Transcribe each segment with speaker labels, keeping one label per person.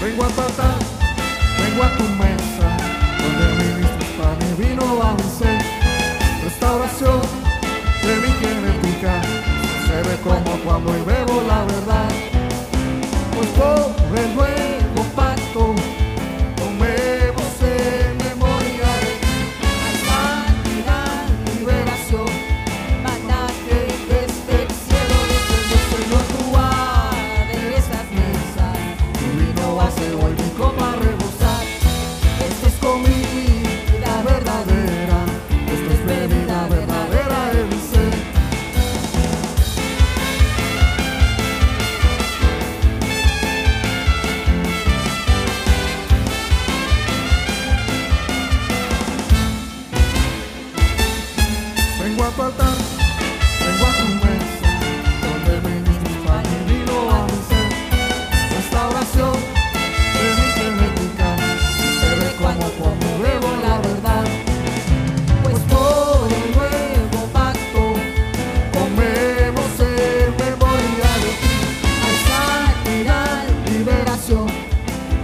Speaker 1: Vengo a pasar, vengo a tu mesa, donde viniste para mi vino once. Restauración de mi genética, se ve como cuando y bebo la verdad. Pues por el nuevo pacto, tomemos en memoria
Speaker 2: Alma,
Speaker 1: de la liberación.
Speaker 2: mandate
Speaker 1: Que
Speaker 2: desde el cielo
Speaker 1: desde el Señor tu alma.
Speaker 2: de esas mesas.
Speaker 1: Tu vino hace hoy mi copa rebosar. Esto es comida verdadera, esto es bebida verdadera en mi ser. Vengo a faltar, vengo a tu mesa, donde me diste pan y vino a mi ser. Restauración de mi genética, se ve como como bebo la verdad. Pues por el nuevo pacto, comemos en memoria de ti. Hay santidad, liberación,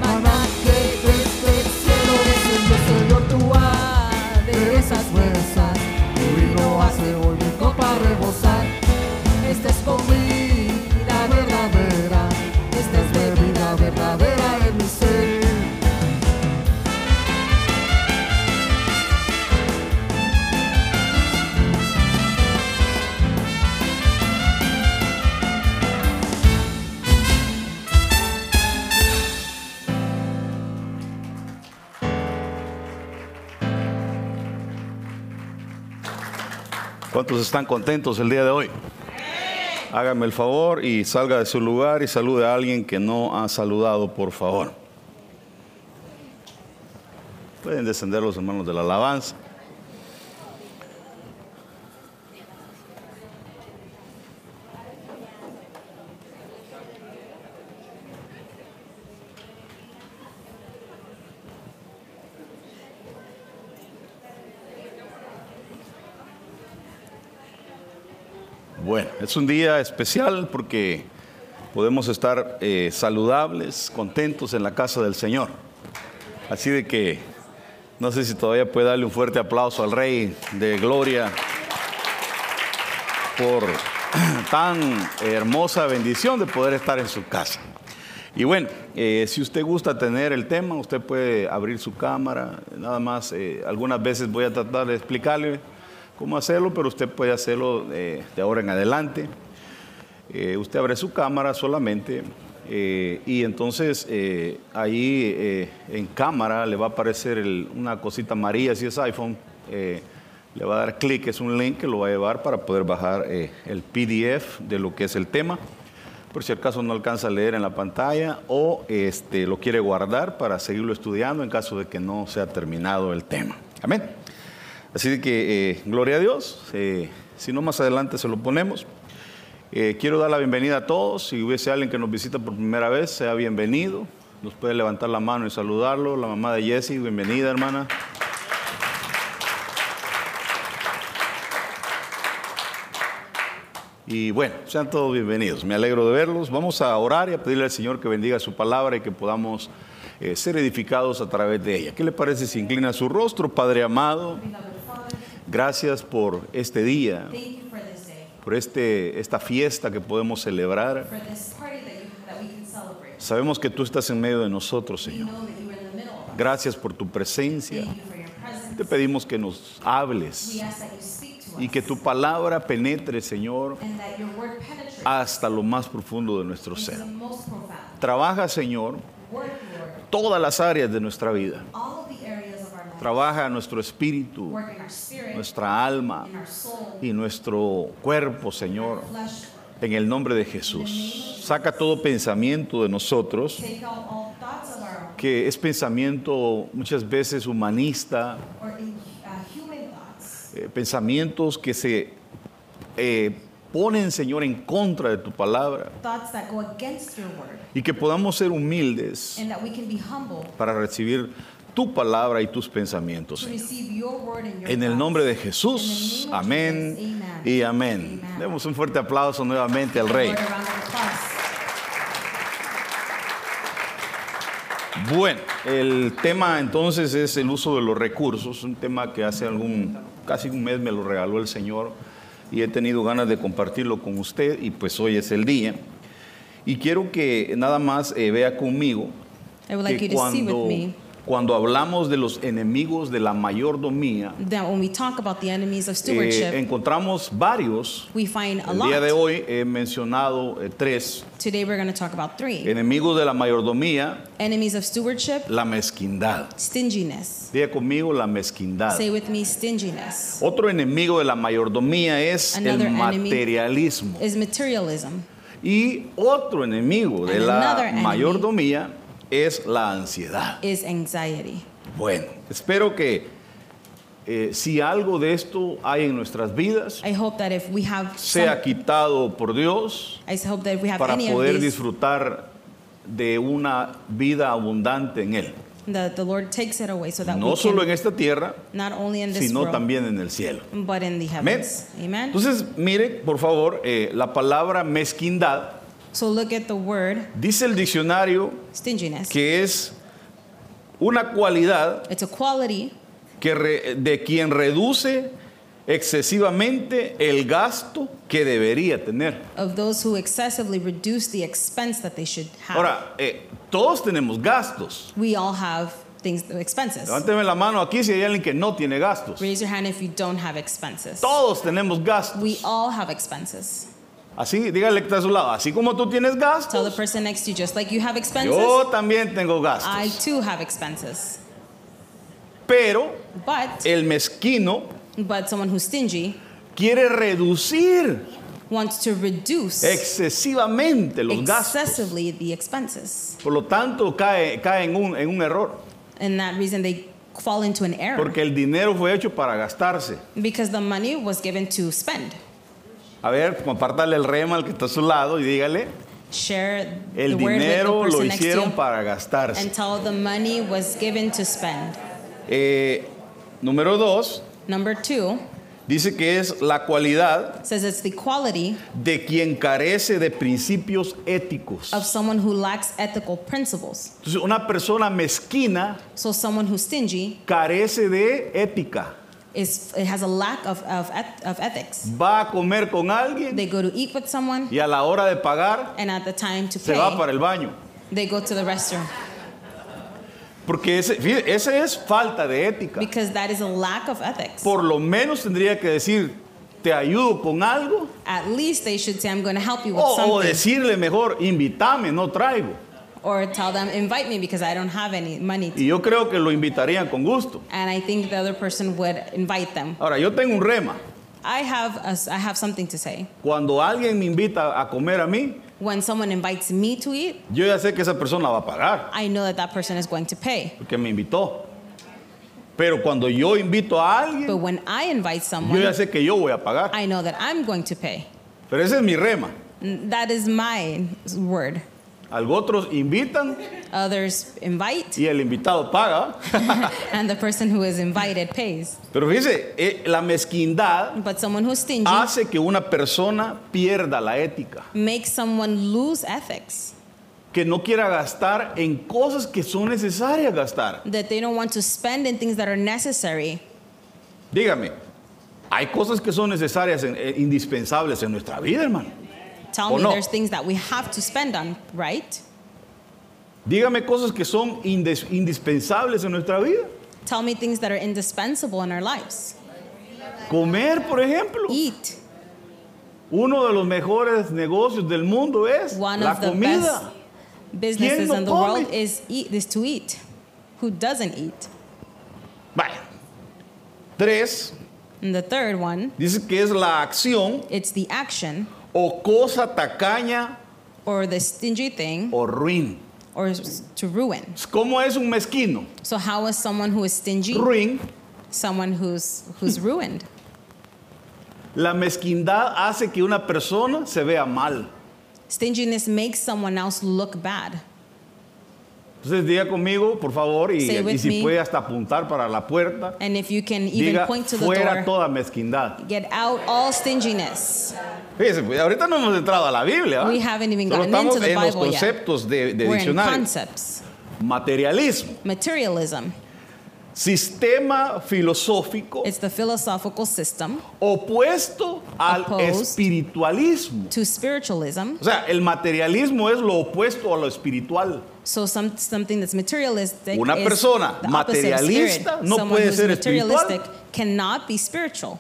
Speaker 1: maná que desde el cielo descendió, Señor, tu alma de esas fuerzas. Tu vino hace hoy mi copa rebosar. Esta es comida verdadera, esta es bebida verdadera en mi ser.
Speaker 3: ¿Cuántos están contentos el día de hoy? Hágame el favor y salga de su lugar y salude a alguien que no ha saludado, por favor. Pueden descender los hermanos de la alabanza. Bueno, es un día especial porque podemos estar eh, saludables, contentos en la casa del Señor. Así de que no sé si todavía puede darle un fuerte aplauso al Rey de Gloria por tan hermosa bendición de poder estar en su casa. Y bueno, eh, si usted gusta tener el tema, usted puede abrir su cámara. Nada más, eh, algunas veces voy a tratar de explicarle cómo hacerlo, pero usted puede hacerlo eh, de ahora en adelante. Eh, usted abre su cámara solamente eh, y entonces eh, ahí eh, en cámara le va a aparecer el- una cosita amarilla si es iPhone. eh, le va a dar clic, es un link que lo va a llevar para poder bajar eh, el PDF de lo que es el tema. Por si acaso no alcanza a leer en la pantalla o este, lo quiere guardar para seguirlo estudiando en caso de que no sea terminado el tema. Amén. Así de que eh, gloria a Dios. eh, si no, más adelante se lo ponemos. Eh, quiero dar la bienvenida a todos. Si hubiese alguien que nos visita por primera vez, sea bienvenido. Nos puede levantar la mano y saludarlo. La mamá de Jesse, bienvenida, hermana. Y bueno, sean todos bienvenidos. Me alegro de verlos. Vamos a orar y a pedirle al Señor que bendiga su palabra y que podamos eh, ser edificados a través de ella. ¿Qué le parece si inclina su rostro, Padre amado? Gracias por este día,
Speaker 2: Thank you for this day,
Speaker 3: por este, esta fiesta que podemos celebrar.
Speaker 2: for this party that, you, that we can celebrate.
Speaker 3: Sabemos que tú estás en medio de nosotros,
Speaker 2: We
Speaker 3: Señor.
Speaker 2: know that you are in the middle of us.
Speaker 3: Gracias por tu presencia.
Speaker 2: Thank you for your presence.
Speaker 3: Te pedimos que nos hables
Speaker 2: We ask that you speak to us
Speaker 3: y que tu palabra penetre, Señor,
Speaker 2: and that your word penetrates
Speaker 3: hasta Ah, lo más profundo de nuestro
Speaker 2: into
Speaker 3: ser.
Speaker 2: the most profound.
Speaker 3: Trabaja, Señor,
Speaker 2: Work, Lord,
Speaker 3: todas las áreas de nuestra vida.
Speaker 2: all of the areas of our life.
Speaker 3: Trabaja nuestro espíritu,
Speaker 2: Work in our spirit,
Speaker 3: nuestra alma
Speaker 2: in our soul,
Speaker 3: y nuestro cuerpo, Señor,
Speaker 2: flesh.
Speaker 3: en el nombre de Jesús. Saca todo pensamiento de nosotros,
Speaker 2: Take out all thoughts of our
Speaker 3: que es pensamiento muchas veces humanista,
Speaker 2: or in, uh, human thoughts,
Speaker 3: eh, pensamientos que se eh, ponen, Señor, en contra de tu palabra
Speaker 2: thoughts that go against your word,
Speaker 3: y que podamos ser humildes
Speaker 2: and that we can be humble
Speaker 3: para recibir tu palabra y tus pensamientos.
Speaker 2: to
Speaker 3: Señor.
Speaker 2: receive your word and your
Speaker 3: En el
Speaker 2: thoughts.
Speaker 3: nombre de Jesús, amén y amén. Demos un fuerte aplauso nuevamente al Rey.
Speaker 2: Lord, a round of applause.
Speaker 3: Bueno, el tema entonces es el uso de los recursos, un tema que hace algún, casi un mes me lo regaló el Señor y he tenido ganas de compartirlo con usted y pues hoy es el día. Y quiero que nada más eh, vea conmigo
Speaker 4: I would like
Speaker 3: que
Speaker 4: you to see with
Speaker 3: cuando,
Speaker 4: me
Speaker 3: cuando hablamos de los enemigos de la mayordomía,
Speaker 4: that when we talk about the enemies of
Speaker 3: eh,
Speaker 4: stewardship,
Speaker 3: encontramos varios.
Speaker 4: we find a
Speaker 3: El día de
Speaker 4: lot.
Speaker 3: hoy he mencionado eh, tres
Speaker 4: Today we're going to talk about three
Speaker 3: enemigos de la mayordomía,
Speaker 4: enemies of stewardship,
Speaker 3: la mezquindad.
Speaker 4: stinginess.
Speaker 3: Diga conmigo la mezquindad.
Speaker 4: Say with me, stinginess
Speaker 3: Otro enemigo de la mayordomía es
Speaker 4: Another
Speaker 3: el
Speaker 4: enemy.
Speaker 3: materialismo.
Speaker 4: is materialism,
Speaker 3: Y otro enemigo de
Speaker 4: And another
Speaker 3: la
Speaker 4: enemy.
Speaker 3: mayordomía es la ansiedad.
Speaker 4: is anxiety.
Speaker 3: Bueno, espero que eh, si algo de esto hay en nuestras vidas,
Speaker 4: I hope that if we have, some,
Speaker 3: sea quitado por Dios
Speaker 4: I hope that if we have
Speaker 3: para
Speaker 4: any of
Speaker 3: poder
Speaker 4: these,
Speaker 3: disfrutar de una vida abundante en Él.
Speaker 4: that the Lord takes it away so that
Speaker 3: No
Speaker 4: we
Speaker 3: solo
Speaker 4: can
Speaker 3: en esta tierra,
Speaker 4: not only in this
Speaker 3: sino
Speaker 4: world,
Speaker 3: también en el cielo.
Speaker 4: but in the
Speaker 3: Amén.
Speaker 4: heavens. Amen.
Speaker 3: Entonces, mire, por favor, eh, la palabra mezquindad
Speaker 4: So look at the word
Speaker 3: Dice el diccionario
Speaker 4: stinginess.
Speaker 3: que es una cualidad
Speaker 4: It's a quality
Speaker 3: que re- de quien reduce excesivamente el gasto que debería tener.
Speaker 4: of those who excessively reduce the expense that they should have.
Speaker 3: Ahora, eh, todos tenemos gastos.
Speaker 4: we all have things expenses.
Speaker 3: Levánteme la mano aquí si hay alguien que no tiene gastos.
Speaker 4: Raise your hand if you don't have expenses.
Speaker 3: Todos tenemos gastos.
Speaker 4: We all have expenses.
Speaker 3: Así, dígale que está a su lado. Así como tú tienes
Speaker 4: Tell the
Speaker 3: gastos,
Speaker 4: person next to you, just like you have
Speaker 3: yo
Speaker 4: expenses,
Speaker 3: también tengo
Speaker 4: I
Speaker 3: gastos.
Speaker 4: too have expenses.
Speaker 3: Pero
Speaker 4: But
Speaker 3: el mezquino
Speaker 4: but someone who's stingy
Speaker 3: quiere reducir
Speaker 4: wants to reduce
Speaker 3: excesivamente los gastos.
Speaker 4: excessively the expenses.
Speaker 3: Por lo tanto, cae, cae en, un, en un error,
Speaker 4: And that reason they fall into an error
Speaker 3: porque el dinero fue hecho para gastarse.
Speaker 4: because the money was given to spend.
Speaker 3: A ver, compártale el rema al que está a su lado y dígale,
Speaker 4: Share the
Speaker 3: el
Speaker 4: word with the
Speaker 3: dinero lo
Speaker 4: person next to
Speaker 3: hicieron
Speaker 4: you
Speaker 3: para gastarse.
Speaker 4: and tell the money was given to spend.
Speaker 3: Eh, número dos,
Speaker 4: Number two
Speaker 3: dice que es la cualidad
Speaker 4: says it's the quality
Speaker 3: de quien carece de principios éticos.
Speaker 4: of someone who lacks ethical principles.
Speaker 3: Entonces, una persona mezquina
Speaker 4: So someone who's stingy
Speaker 3: carece de ética.
Speaker 4: is it has a lack of of, eth- of ethics.
Speaker 3: Va a comer con alguien
Speaker 4: They go to eat with someone,
Speaker 3: y a la hora de pagar
Speaker 4: and at the time to
Speaker 3: se va
Speaker 4: pay,
Speaker 3: para el baño.
Speaker 4: they go to the restroom
Speaker 3: Porque ese, fíjese, ese es falta de ética.
Speaker 4: because that is a lack of ethics.
Speaker 3: por lo menos tendría que decir, te ayudo con algo,
Speaker 4: At least they should say, "I'm going to help you with
Speaker 3: o, o
Speaker 4: something,"
Speaker 3: decirle mejor, invítame, no traigo.
Speaker 4: or tell them, "Invite me because I don't have any money." To.
Speaker 3: Y yo creo que lo invitarían con gusto.
Speaker 4: And I think the other person would invite them.
Speaker 3: Ahora, yo tengo un rema.
Speaker 4: I have a s I have something to say.
Speaker 3: Cuando alguien me invita a comer a mí,
Speaker 4: When someone invites me to eat,
Speaker 3: yo ya sé que esa persona va a pagar,
Speaker 4: I know that that person is going to pay.
Speaker 3: porque me invitó. Pero cuando yo invito a
Speaker 4: But
Speaker 3: alguien,
Speaker 4: when I invite
Speaker 3: yo ya
Speaker 4: someone,
Speaker 3: sé que yo voy a pagar.
Speaker 4: I know that I'm going to pay.
Speaker 3: Pero ese es mi rema.
Speaker 4: N- That is my word.
Speaker 3: Algunos otros invitan
Speaker 4: Others invite,
Speaker 3: y el invitado paga.
Speaker 4: and the person who is invited pays.
Speaker 3: Pero fíjese, eh, la mezquindad
Speaker 4: But someone who's stingy
Speaker 3: hace que una persona pierda la ética,
Speaker 4: makes someone lose ethics,
Speaker 3: que no quiera gastar en cosas que son necesarias gastar.
Speaker 4: that they don't want to spend in things that are necessary.
Speaker 3: Dígame, hay cosas que son necesarias, en- eh, indispensables en nuestra vida, hermano.
Speaker 4: Tell
Speaker 3: ¿O
Speaker 4: me
Speaker 3: no?
Speaker 4: there's things that we have to spend on, right?
Speaker 3: Dígame cosas que son indes- indispensables en nuestra vida.
Speaker 4: Tell me things that are indispensable in our lives.
Speaker 3: Comer, por ejemplo.
Speaker 4: Eat.
Speaker 3: Uno de los mejores negocios del mundo es
Speaker 4: One
Speaker 3: la
Speaker 4: of the
Speaker 3: comida.
Speaker 4: best businesses
Speaker 3: no
Speaker 4: in the
Speaker 3: come?
Speaker 4: world is eat is to eat. Who doesn't eat?
Speaker 3: Vaya. Tres,
Speaker 4: And the third one,
Speaker 3: dice que es la acción
Speaker 4: it's the action
Speaker 3: o cosa tacaña
Speaker 4: or the stingy thing
Speaker 3: o ruin.
Speaker 4: or s- to ruin.
Speaker 3: ¿Cómo es un mezquino?
Speaker 4: So how is someone who is stingy
Speaker 3: Ruin.
Speaker 4: someone who's who's ruined?
Speaker 3: La mezquindad hace que una persona se vea mal.
Speaker 4: Stinginess makes someone else look bad.
Speaker 3: Entonces diga conmigo, por favor, y,
Speaker 4: Say with
Speaker 3: y si
Speaker 4: me.
Speaker 3: puede hasta apuntar para la puerta.
Speaker 4: And if you can even
Speaker 3: Diga,
Speaker 4: point to the
Speaker 3: fuera
Speaker 4: door,
Speaker 3: toda mezquindad.
Speaker 4: get out all stinginess.
Speaker 3: Fíjese, pues, ahorita no hemos entrado a la Biblia. ¿va?
Speaker 4: We haven't even
Speaker 3: Solo
Speaker 4: gotten into
Speaker 3: estamos
Speaker 4: the
Speaker 3: en los
Speaker 4: Bible yet.
Speaker 3: conceptos de, de
Speaker 4: We're in
Speaker 3: diccionario.
Speaker 4: concepts.
Speaker 3: Materialismo.
Speaker 4: Materialism.
Speaker 3: Sistema filosófico
Speaker 4: It's the philosophical system
Speaker 3: opuesto al
Speaker 4: Opposed.
Speaker 3: espiritualismo.
Speaker 4: to spiritualism.
Speaker 3: O sea, el materialismo es lo opuesto a lo espiritual.
Speaker 4: So some, something that's materialistic
Speaker 3: Una
Speaker 4: is
Speaker 3: persona
Speaker 4: the opposite of spirit.
Speaker 3: materialista no
Speaker 4: Someone
Speaker 3: puede
Speaker 4: who's
Speaker 3: ser
Speaker 4: materialistic cannot be spiritual.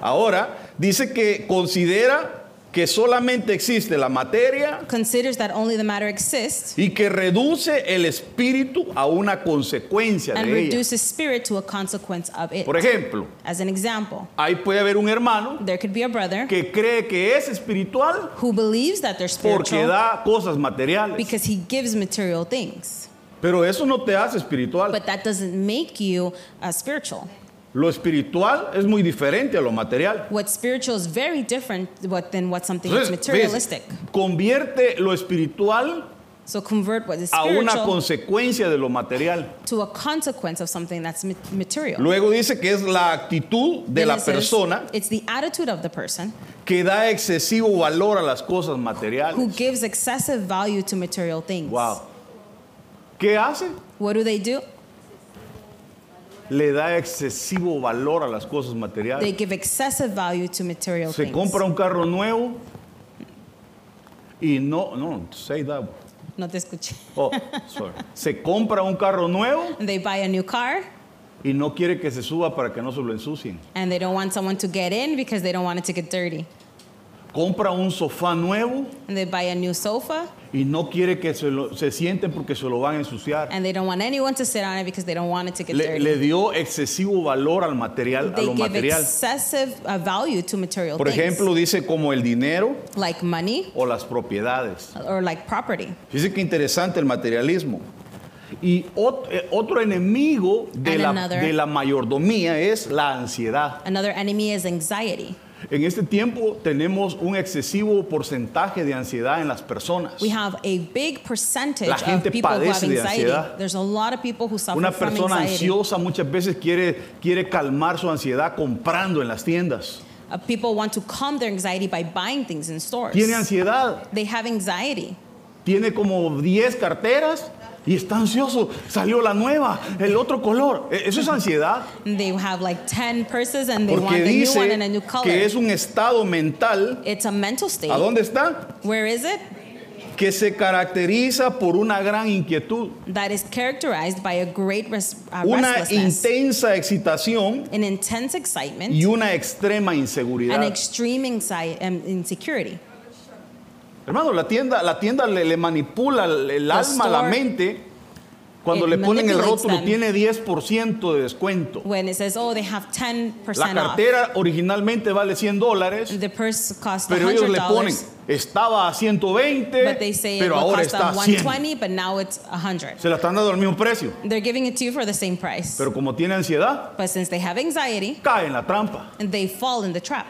Speaker 3: Ahora, dice que considera que solamente existe la materia
Speaker 4: Considers that only the matter exists
Speaker 3: y que reduce el espíritu a una consecuencia
Speaker 4: and
Speaker 3: de ella.
Speaker 4: reduces spirit to a consequence of it.
Speaker 3: Por ejemplo,
Speaker 4: As an example,
Speaker 3: ahí puede haber un hermano
Speaker 4: there could be a brother
Speaker 3: que cree que es espiritual
Speaker 4: who believes that they're
Speaker 3: porque
Speaker 4: spiritual
Speaker 3: da cosas materiales.
Speaker 4: because he gives material things.
Speaker 3: Pero eso no te hace espiritual.
Speaker 4: But that doesn't make you uh, spiritual.
Speaker 3: Lo espiritual es muy diferente a lo material.
Speaker 4: What's spiritual is very different what, than what something that's
Speaker 3: Entonces,
Speaker 4: materialistic.
Speaker 3: ves, convierte lo espiritual
Speaker 4: So convert what is
Speaker 3: a una
Speaker 4: spiritual
Speaker 3: consecuencia de lo material.
Speaker 4: to a consequence of something that's ma- material.
Speaker 3: Luego dice que es la actitud de
Speaker 4: Then
Speaker 3: la
Speaker 4: it says,
Speaker 3: persona
Speaker 4: It's the attitude of the person
Speaker 3: que da excesivo valor a las cosas
Speaker 4: who
Speaker 3: materiales.
Speaker 4: gives excessive value to material things.
Speaker 3: Wow. ¿Qué hace?
Speaker 4: What do they do?
Speaker 3: Le da excesivo valor a las cosas
Speaker 4: They
Speaker 3: materiales.
Speaker 4: give excessive value to material
Speaker 3: Se
Speaker 4: things.
Speaker 3: compra un carro nuevo y no, no, say that.
Speaker 4: No te escuché.
Speaker 3: Oh, sorry. Se compra un carro nuevo
Speaker 4: And They buy a new car
Speaker 3: y no quiere que se suba para que no se lo ensucien.
Speaker 4: and they don't want someone to get in because they don't want it to get dirty.
Speaker 3: Compra un sofá nuevo
Speaker 4: And they buy a new sofa
Speaker 3: y no quiere que se, lo- se sienten porque se lo van a ensuciar.
Speaker 4: and they don't want anyone to sit on it because they don't want it to get
Speaker 3: le,
Speaker 4: dirty.
Speaker 3: le dio excesivo valor al material, a
Speaker 4: they
Speaker 3: lo
Speaker 4: give
Speaker 3: material.
Speaker 4: excessive uh, value to material
Speaker 3: Por
Speaker 4: things,
Speaker 3: ejemplo, dice como el dinero
Speaker 4: like money
Speaker 3: o las propiedades.
Speaker 4: or like property.
Speaker 3: Dice que interesante el materialismo. Y ot- eh, otro enemigo de
Speaker 4: And
Speaker 3: la,
Speaker 4: another.
Speaker 3: de la mayordomía es la ansiedad.
Speaker 4: Another enemy is anxiety.
Speaker 3: En este tiempo tenemos un excesivo porcentaje de ansiedad en las personas.
Speaker 4: We have a big percentage
Speaker 3: La gente
Speaker 4: of people who have
Speaker 3: padece de
Speaker 4: anxiety.
Speaker 3: ansiedad.
Speaker 4: There's a lot of people who suffer
Speaker 3: Una
Speaker 4: from
Speaker 3: persona
Speaker 4: anxiety.
Speaker 3: ansiosa muchas veces quiere, quiere calmar su ansiedad comprando en las tiendas.
Speaker 4: Uh, people want to calm their anxiety by buying things in stores.
Speaker 3: Tiene ansiedad.
Speaker 4: They have anxiety.
Speaker 3: tiene como 10 carteras y está ansioso. Salió la nueva, el otro color. E- Eso es ansiedad.
Speaker 4: And They have like 10 purses and they
Speaker 3: Porque
Speaker 4: want a new one and a
Speaker 3: dice
Speaker 4: new color.
Speaker 3: que es un estado mental.
Speaker 4: It's a mental state.
Speaker 3: ¿A dónde está?
Speaker 4: Where is it?
Speaker 3: Que se caracteriza por una gran inquietud,
Speaker 4: That is characterized by a great res- uh,
Speaker 3: una
Speaker 4: restlessness,
Speaker 3: intensa excitación
Speaker 4: an intense excitement,
Speaker 3: y una extrema
Speaker 4: an
Speaker 3: inseguridad.
Speaker 4: extreme anxiety and insecurity.
Speaker 3: Hermano, la tienda, la tienda le, le manipula el, el
Speaker 4: The
Speaker 3: alma,
Speaker 4: store,
Speaker 3: la mente. Cuando
Speaker 4: it
Speaker 3: le ponen el
Speaker 4: manipulates
Speaker 3: rótulo,
Speaker 4: them.
Speaker 3: tiene 10% de descuento.
Speaker 4: When it says, oh, they have 10%
Speaker 3: La
Speaker 4: off.
Speaker 3: cartera originalmente vale 100 dólares.
Speaker 4: The purse cost
Speaker 3: Pero ellos le
Speaker 4: $100.
Speaker 3: ponen, estaba a 120,
Speaker 4: But they say it
Speaker 3: pero
Speaker 4: will
Speaker 3: ahora
Speaker 4: cost
Speaker 3: está a
Speaker 4: them
Speaker 3: 100.
Speaker 4: 120, but now it's 100.
Speaker 3: Se la están dando al mismo precio.
Speaker 4: They're giving it to you for the same price.
Speaker 3: Pero como tiene ansiedad,
Speaker 4: But since they have anxiety,
Speaker 3: cae en la trampa.
Speaker 4: they fall in the trap.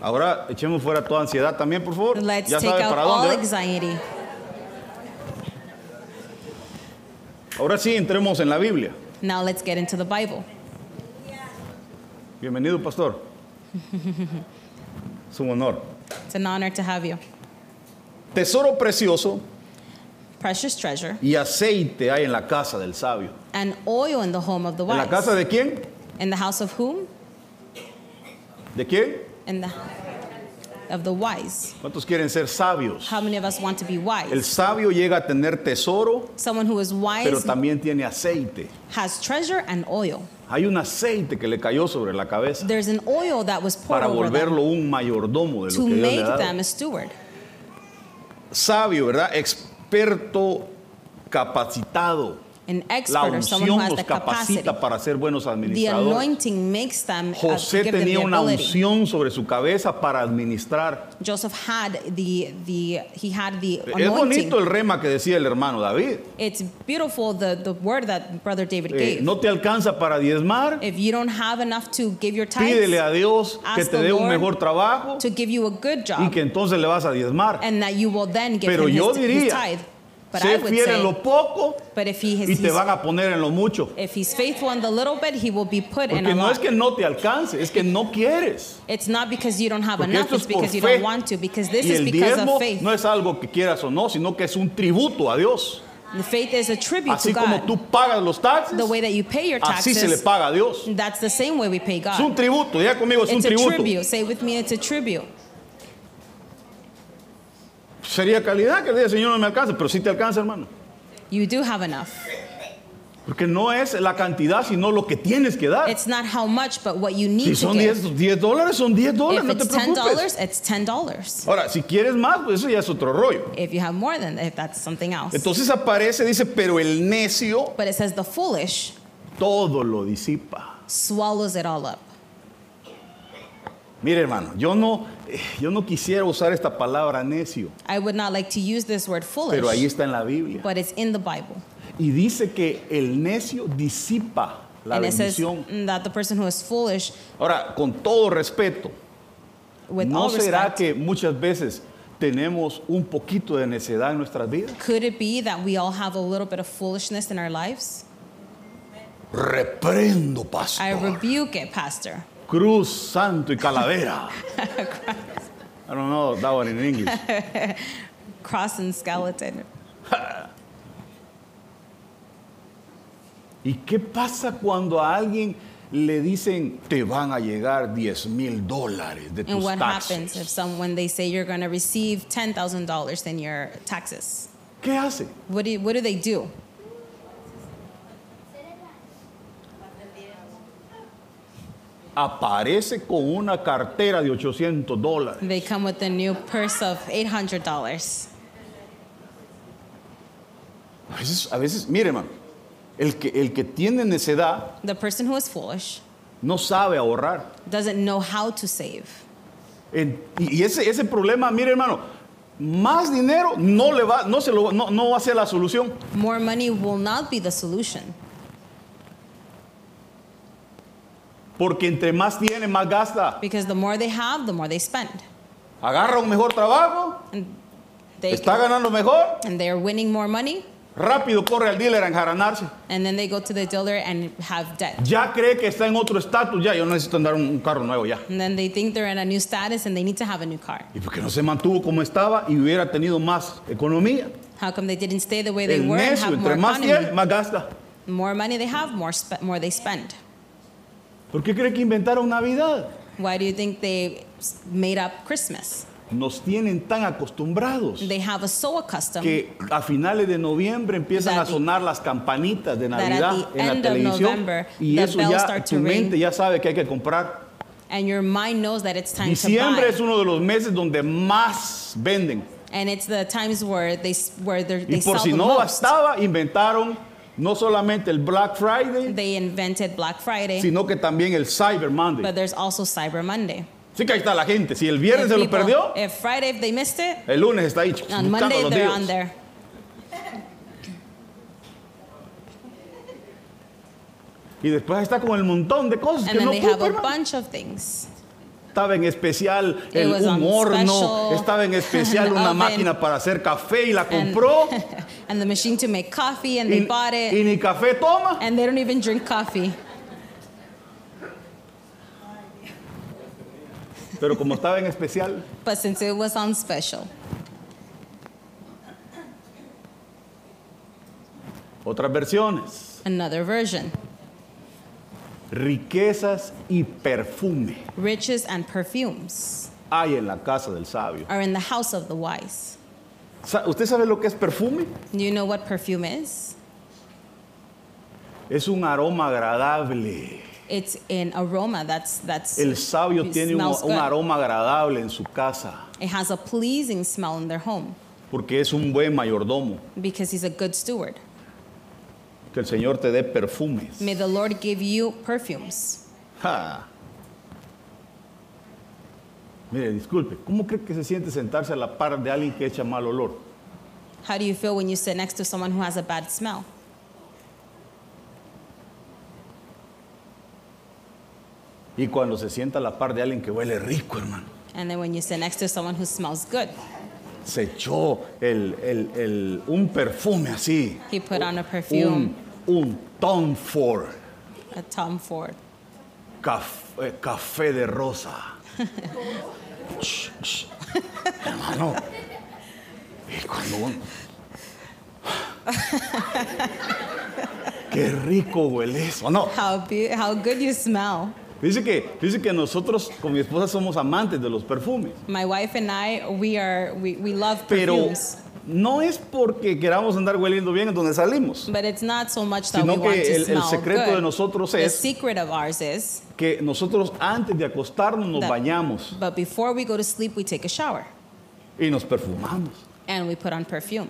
Speaker 3: Ahora echemos fuera toda ansiedad también, por favor.
Speaker 4: Let's
Speaker 3: ya
Speaker 4: take
Speaker 3: sabe
Speaker 4: out
Speaker 3: para
Speaker 4: all
Speaker 3: dónde. ¿eh? ¿verdad?
Speaker 4: anxiety.
Speaker 3: Ahora sí, entremos en la Biblia.
Speaker 4: Now let's get into the Bible.
Speaker 3: Bienvenido, pastor. es un honor.
Speaker 4: It's an honor to have you.
Speaker 3: Tesoro precioso
Speaker 4: Precious treasure
Speaker 3: y aceite hay en la casa del sabio.
Speaker 4: and oil in the home of the
Speaker 3: ¿En
Speaker 4: wise.
Speaker 3: la casa de quién?
Speaker 4: In the house of whom?
Speaker 3: ¿De quién?
Speaker 4: In the of the wise.
Speaker 3: ¿Cuántos quieren ser sabios?
Speaker 4: How many of us want to be
Speaker 3: El
Speaker 4: wise?
Speaker 3: sabio llega a tener tesoro,
Speaker 4: Someone who is
Speaker 3: pero
Speaker 4: wise
Speaker 3: también tiene aceite.
Speaker 4: has treasure and oil.
Speaker 3: Hay un aceite que le cayó sobre la cabeza
Speaker 4: There's an oil that was poured
Speaker 3: para
Speaker 4: over them
Speaker 3: volverlo un mayordomo de lo
Speaker 4: to
Speaker 3: que Dios le
Speaker 4: make
Speaker 3: ha dado.
Speaker 4: them a steward.
Speaker 3: Sabio, ¿verdad? Experto, capacitado.
Speaker 4: An
Speaker 3: La
Speaker 4: expert or someone who
Speaker 3: unción
Speaker 4: has
Speaker 3: los
Speaker 4: the capacity.
Speaker 3: capacita para ser buenos
Speaker 4: The
Speaker 3: administradores.
Speaker 4: anointing makes them uh,
Speaker 3: José
Speaker 4: give them
Speaker 3: tenía
Speaker 4: the
Speaker 3: una
Speaker 4: ability.
Speaker 3: unción sobre su cabeza para administrar.
Speaker 4: Joseph had the the he had the
Speaker 3: Es
Speaker 4: anointing.
Speaker 3: bonito el rema que decía el hermano David.
Speaker 4: It's beautiful the the word that brother David
Speaker 3: Eh,
Speaker 4: gave.
Speaker 3: no te alcanza para diezmar,
Speaker 4: if you don't have enough to give your tithes,
Speaker 3: pídele a Dios que
Speaker 4: Ask
Speaker 3: te
Speaker 4: the
Speaker 3: dé un
Speaker 4: Lord
Speaker 3: mejor trabajo
Speaker 4: to give you a good
Speaker 3: y
Speaker 4: job
Speaker 3: que entonces le vas a diezmar.
Speaker 4: and that you will then give
Speaker 3: Pero
Speaker 4: him
Speaker 3: yo
Speaker 4: his, his
Speaker 3: diría
Speaker 4: tithe. But I
Speaker 3: Sé
Speaker 4: would
Speaker 3: fiel en
Speaker 4: say,
Speaker 3: lo poco
Speaker 4: but if he
Speaker 3: y
Speaker 4: is
Speaker 3: te van a poner en lo mucho.
Speaker 4: if he's faithful in the little bit, he will be put in
Speaker 3: Porque
Speaker 4: a
Speaker 3: no
Speaker 4: lot.
Speaker 3: es que no te alcance, es que no quieres.
Speaker 4: It's not because you don't have
Speaker 3: Porque
Speaker 4: enough,
Speaker 3: esto es
Speaker 4: it's
Speaker 3: por
Speaker 4: because you
Speaker 3: fe.
Speaker 4: don't want to, because this
Speaker 3: y
Speaker 4: is
Speaker 3: el
Speaker 4: because
Speaker 3: diezmo
Speaker 4: of faith.
Speaker 3: no es algo que quieras o no, sino que es un tributo a Dios.
Speaker 4: the faith is a tribute to
Speaker 3: Así como
Speaker 4: God.
Speaker 3: tú pagas los taxes,
Speaker 4: The way that you pay your
Speaker 3: así
Speaker 4: taxes,
Speaker 3: se le paga a Dios.
Speaker 4: that's the same way we pay
Speaker 3: Es un
Speaker 4: God.
Speaker 3: tributo, diga conmigo, es un
Speaker 4: It's a
Speaker 3: tributo.
Speaker 4: tribute. Say with me, it's a tribute.
Speaker 3: Sería calidad que le diga, Señor, no me alcanza, pero sí te alcanza, hermano.
Speaker 4: You do have enough.
Speaker 3: Porque no es la cantidad, sino lo que tienes que dar.
Speaker 4: It's not how much, but what you need
Speaker 3: Si
Speaker 4: to
Speaker 3: son
Speaker 4: give.
Speaker 3: 10, 10 dólares, son 10 dólares,
Speaker 4: If
Speaker 3: no te
Speaker 4: it's ten
Speaker 3: preocupes.
Speaker 4: dollars, it's ten dollars.
Speaker 3: Ahora, si quieres más, pues eso ya es otro rollo.
Speaker 4: If you have more than that, that's something else.
Speaker 3: Entonces aparece, dice, pero el necio
Speaker 4: But it says the foolish
Speaker 3: todo lo disipa.
Speaker 4: swallows it all up.
Speaker 3: Mire, hermano, yo no, eh, yo no quisiera usar esta palabra necio,
Speaker 4: I would not like to use this word foolish,
Speaker 3: pero ahí está en la Biblia.
Speaker 4: but it's in the Bible.
Speaker 3: Y dice que el necio disipa la
Speaker 4: and it says
Speaker 3: bendición.
Speaker 4: mm, that the person who is foolish,
Speaker 3: Ahora, con todo respeto,
Speaker 4: with
Speaker 3: ¿no
Speaker 4: all
Speaker 3: será
Speaker 4: respect,
Speaker 3: que muchas veces tenemos un poquito de necedad en nuestras vidas?
Speaker 4: could it be that we all have a little bit of foolishness in our lives?
Speaker 3: Reprendo,
Speaker 4: I
Speaker 3: pastor.
Speaker 4: rebuke it, Pastor.
Speaker 3: Cruz, santo y calavera. I don't know that one in English.
Speaker 4: Cross and skeleton.
Speaker 3: ¿Y qué pasa cuando a alguien le dicen te van a llegar 10 mil dólares de
Speaker 4: And
Speaker 3: tus
Speaker 4: what happens if
Speaker 3: taxes?
Speaker 4: someone they say you're going to receive ten thousand dollars in your taxes?
Speaker 3: ¿Qué hace?
Speaker 4: What do you, what do they do?
Speaker 3: Aparece con una cartera de 800 dólares.
Speaker 4: They come with a new purse of eight hundred dollars.
Speaker 3: A veces, a veces mire, hermano, el que, el que tiene necedad
Speaker 4: The person who is foolish
Speaker 3: no sabe ahorrar.
Speaker 4: doesn't know how to save.
Speaker 3: En- y y ese, ese problema, mire, hermano, más dinero no, le va, no, se lo, no, no va a ser la solución.
Speaker 4: More money will not be the solution
Speaker 3: Porque entre más tiene, más gasta.
Speaker 4: because the more they have, the more they spend.
Speaker 3: Agarra un mejor trabajo,
Speaker 4: They
Speaker 3: está ganando mejor,
Speaker 4: and they're winning more money,
Speaker 3: rápido corre al dealer a enjaranarse.
Speaker 4: and then they go to the dealer and have debt.
Speaker 3: Ya cree que está en otro estatus, ya yo necesito andar un, un carro nuevo ya.
Speaker 4: And then they think they're in a new status and they need to have a new car.
Speaker 3: Y porque no se mantuvo como estaba y hubiera tenido más economía.
Speaker 4: How come they didn't stay the way they
Speaker 3: El
Speaker 4: were and
Speaker 3: necio,
Speaker 4: have more
Speaker 3: entre más
Speaker 4: economy?
Speaker 3: tiene, más gasta.
Speaker 4: More money they have, more spe- more they spend.
Speaker 3: ¿Por qué cree que inventaron Navidad?
Speaker 4: Why do you think they s- made up Christmas?
Speaker 3: Nos tienen tan acostumbrados
Speaker 4: They have us so accustomed
Speaker 3: que a finales de noviembre empiezan
Speaker 4: That
Speaker 3: a sonar las campanitas de
Speaker 4: that at
Speaker 3: Navidad
Speaker 4: the
Speaker 3: en la
Speaker 4: end of
Speaker 3: televisión
Speaker 4: November,
Speaker 3: y
Speaker 4: the
Speaker 3: eso
Speaker 4: bells
Speaker 3: ya
Speaker 4: start to
Speaker 3: tu
Speaker 4: ring.
Speaker 3: mente ya sabe que hay que comprar.
Speaker 4: and your mind knows that it's time
Speaker 3: Diciembre
Speaker 4: to
Speaker 3: es
Speaker 4: buy.
Speaker 3: uno de los meses donde más venden.
Speaker 4: And it's the times where they s- where they're- they
Speaker 3: Y por
Speaker 4: sell
Speaker 3: si
Speaker 4: the
Speaker 3: no
Speaker 4: most.
Speaker 3: bastaba, inventaron no solamente el Black Friday,
Speaker 4: They invented Black Friday,
Speaker 3: sino que también el Cyber
Speaker 4: but
Speaker 3: Monday.
Speaker 4: there's also Cyber Monday.
Speaker 3: Sí que ahí está la gente. Si el viernes
Speaker 4: If
Speaker 3: se lo
Speaker 4: people-
Speaker 3: perdió,
Speaker 4: if Friday if they missed it,
Speaker 3: el lunes está ahí ch-
Speaker 4: on
Speaker 3: buscando
Speaker 4: Monday
Speaker 3: los
Speaker 4: they're on
Speaker 3: dedos.
Speaker 4: there.
Speaker 3: Y después ahí está con el montón de cosas
Speaker 4: And
Speaker 3: que
Speaker 4: then
Speaker 3: no
Speaker 4: they have
Speaker 3: ocupa,
Speaker 4: a
Speaker 3: hermano.
Speaker 4: bunch of things.
Speaker 3: Estaba en especial
Speaker 4: It
Speaker 3: el,
Speaker 4: was on
Speaker 3: un horno,
Speaker 4: special,
Speaker 3: estaba en especial
Speaker 4: an
Speaker 3: una
Speaker 4: oven.
Speaker 3: máquina para hacer café y la
Speaker 4: And,
Speaker 3: compró
Speaker 4: and the machine to make coffee, and
Speaker 3: y,
Speaker 4: they bought it,
Speaker 3: y ni café toma.
Speaker 4: and they don't even drink coffee.
Speaker 3: Pero como estaba en especial,
Speaker 4: But since it was on special,
Speaker 3: otras versiones.
Speaker 4: another version
Speaker 3: Riquezas y perfume
Speaker 4: riches and perfumes
Speaker 3: hay en la casa del sabio.
Speaker 4: are in the house of the wise.
Speaker 3: Sa- ¿Usted sabe lo que es perfume?
Speaker 4: Do you know what perfume is?
Speaker 3: Es un aroma agradable.
Speaker 4: It's an aroma that's that's
Speaker 3: El sabio
Speaker 4: it
Speaker 3: tiene un,
Speaker 4: smells
Speaker 3: un
Speaker 4: good.
Speaker 3: aroma agradable en su casa
Speaker 4: It has a pleasing smell in their home
Speaker 3: porque es un buen mayordomo.
Speaker 4: because he's a good steward.
Speaker 3: Que el Señor te dé perfumes.
Speaker 4: May the Lord give you perfumes.
Speaker 3: Ja. Mire, disculpe, ¿cómo cree que se siente sentarse a la par de alguien que echa mal olor?
Speaker 4: How do you feel when you sit next to someone who has a bad smell?
Speaker 3: Y cuando se sienta a la par de alguien que huele rico, hermano.
Speaker 4: And then when you sit next to someone who smells good,
Speaker 3: se echó el- el- el- un perfume así.
Speaker 4: He put on a
Speaker 3: Un,
Speaker 4: perfume,
Speaker 3: un Tom Ford,
Speaker 4: a Tom Ford.
Speaker 3: caf- eh, café de rosa. Ch, ch. Hermano. Y cuando uno- Qué rico huele eso. No,
Speaker 4: How, be- how good you smell.
Speaker 3: dice que, dice que nosotros con mi esposa somos amantes de los perfumes.
Speaker 4: My wife and I, we are we, we love
Speaker 3: Pero
Speaker 4: perfumes.
Speaker 3: no es porque queramos andar hueliendo bien en donde salimos.
Speaker 4: But it's not so much that
Speaker 3: Sino
Speaker 4: we want
Speaker 3: que
Speaker 4: to
Speaker 3: el- el
Speaker 4: smell
Speaker 3: secreto de
Speaker 4: good.
Speaker 3: nosotros
Speaker 4: the
Speaker 3: es-
Speaker 4: secret of ours is
Speaker 3: Que nosotros antes de acostarnos nos
Speaker 4: that-
Speaker 3: bañamos
Speaker 4: But before we go to sleep, we take a shower
Speaker 3: y nos perfumamos.
Speaker 4: and we put on perfume.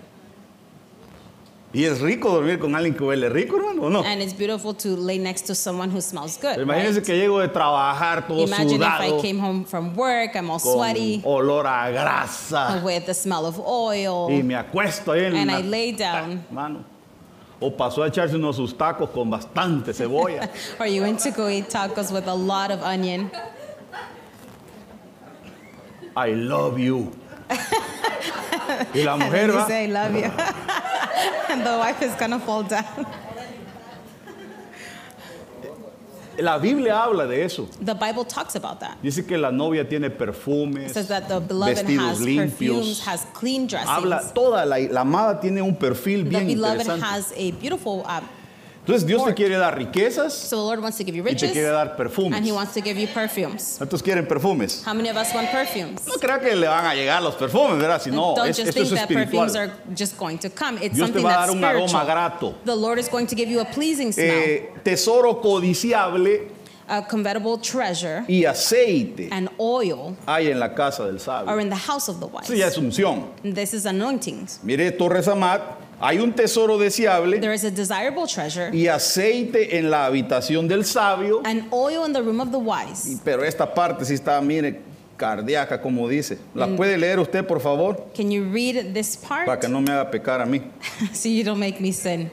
Speaker 3: Y es rico dormir con alguien que huele rico, hermano, ¿o no?
Speaker 4: And it's beautiful to lay next to someone who smells good.
Speaker 3: Imagínense
Speaker 4: right?
Speaker 3: que llego de trabajar todo
Speaker 4: Imagine if
Speaker 3: sudado,
Speaker 4: I came home from work, I'm all
Speaker 3: con
Speaker 4: sweaty
Speaker 3: olor a grasa,
Speaker 4: with the smell of
Speaker 3: y
Speaker 4: oil.
Speaker 3: me acuesto ahí en
Speaker 4: And
Speaker 3: la- Ah,
Speaker 4: I lay down.
Speaker 3: Hermano, o pasó a echarse unos sus tacos con bastante cebolla.
Speaker 4: Or you went to go eat tacos with a lot of onion.
Speaker 3: I love you. y la
Speaker 4: And then
Speaker 3: mujer
Speaker 4: you
Speaker 3: va,
Speaker 4: say, I love you. and the wife is gonna fall down.
Speaker 3: la Biblia habla de eso.
Speaker 4: The Bible talks about that.
Speaker 3: Dice que la novia tiene perfumes,
Speaker 4: It says that the beloved
Speaker 3: vestidos
Speaker 4: has perfumes,
Speaker 3: limpios.
Speaker 4: has clean
Speaker 3: Habla
Speaker 4: dressings.
Speaker 3: toda la, la amada tiene un perfil
Speaker 4: The
Speaker 3: bien
Speaker 4: beloved
Speaker 3: interesante.
Speaker 4: has a beautiful. Uh,
Speaker 3: Entonces Dios te quiere dar riquezas
Speaker 4: so the Lord wants to give you
Speaker 3: y te
Speaker 4: riches,
Speaker 3: quiere dar
Speaker 4: and He
Speaker 3: perfumes.
Speaker 4: wants to give you perfumes.
Speaker 3: ¿Cuántos quieren perfumes?
Speaker 4: How many of us want perfumes?
Speaker 3: No crea que le van a llegar los perfumes, ¿verdad? Si no,
Speaker 4: Don't
Speaker 3: es-
Speaker 4: just
Speaker 3: esto
Speaker 4: think
Speaker 3: es
Speaker 4: that perfumes
Speaker 3: espiritual.
Speaker 4: are just going to come. It's
Speaker 3: Dios te
Speaker 4: something
Speaker 3: va a dar
Speaker 4: that's
Speaker 3: un aroma
Speaker 4: spiritual.
Speaker 3: grato.
Speaker 4: The Lord is going to give you a pleasing smell,
Speaker 3: Eh, tesoro codiciable
Speaker 4: a convertible treasure,
Speaker 3: y aceite
Speaker 4: and oil
Speaker 3: hay en la casa
Speaker 4: are
Speaker 3: del sabio.
Speaker 4: in the house of the wise.
Speaker 3: Eso ya es unción.
Speaker 4: And This is anointings.
Speaker 3: Mire, Torres Amat, hay un tesoro deseable
Speaker 4: There is a desirable treasure,
Speaker 3: y aceite en la habitación del sabio.
Speaker 4: and oil in the room of the
Speaker 3: Y-
Speaker 4: wise.
Speaker 3: Pero esta parte sí está, mire, cardíaca, como dice. ¿La puede leer usted, por favor?
Speaker 4: Can you read this part
Speaker 3: Para Mm. que no me haga pecar a mí.
Speaker 4: so you don't make me sin?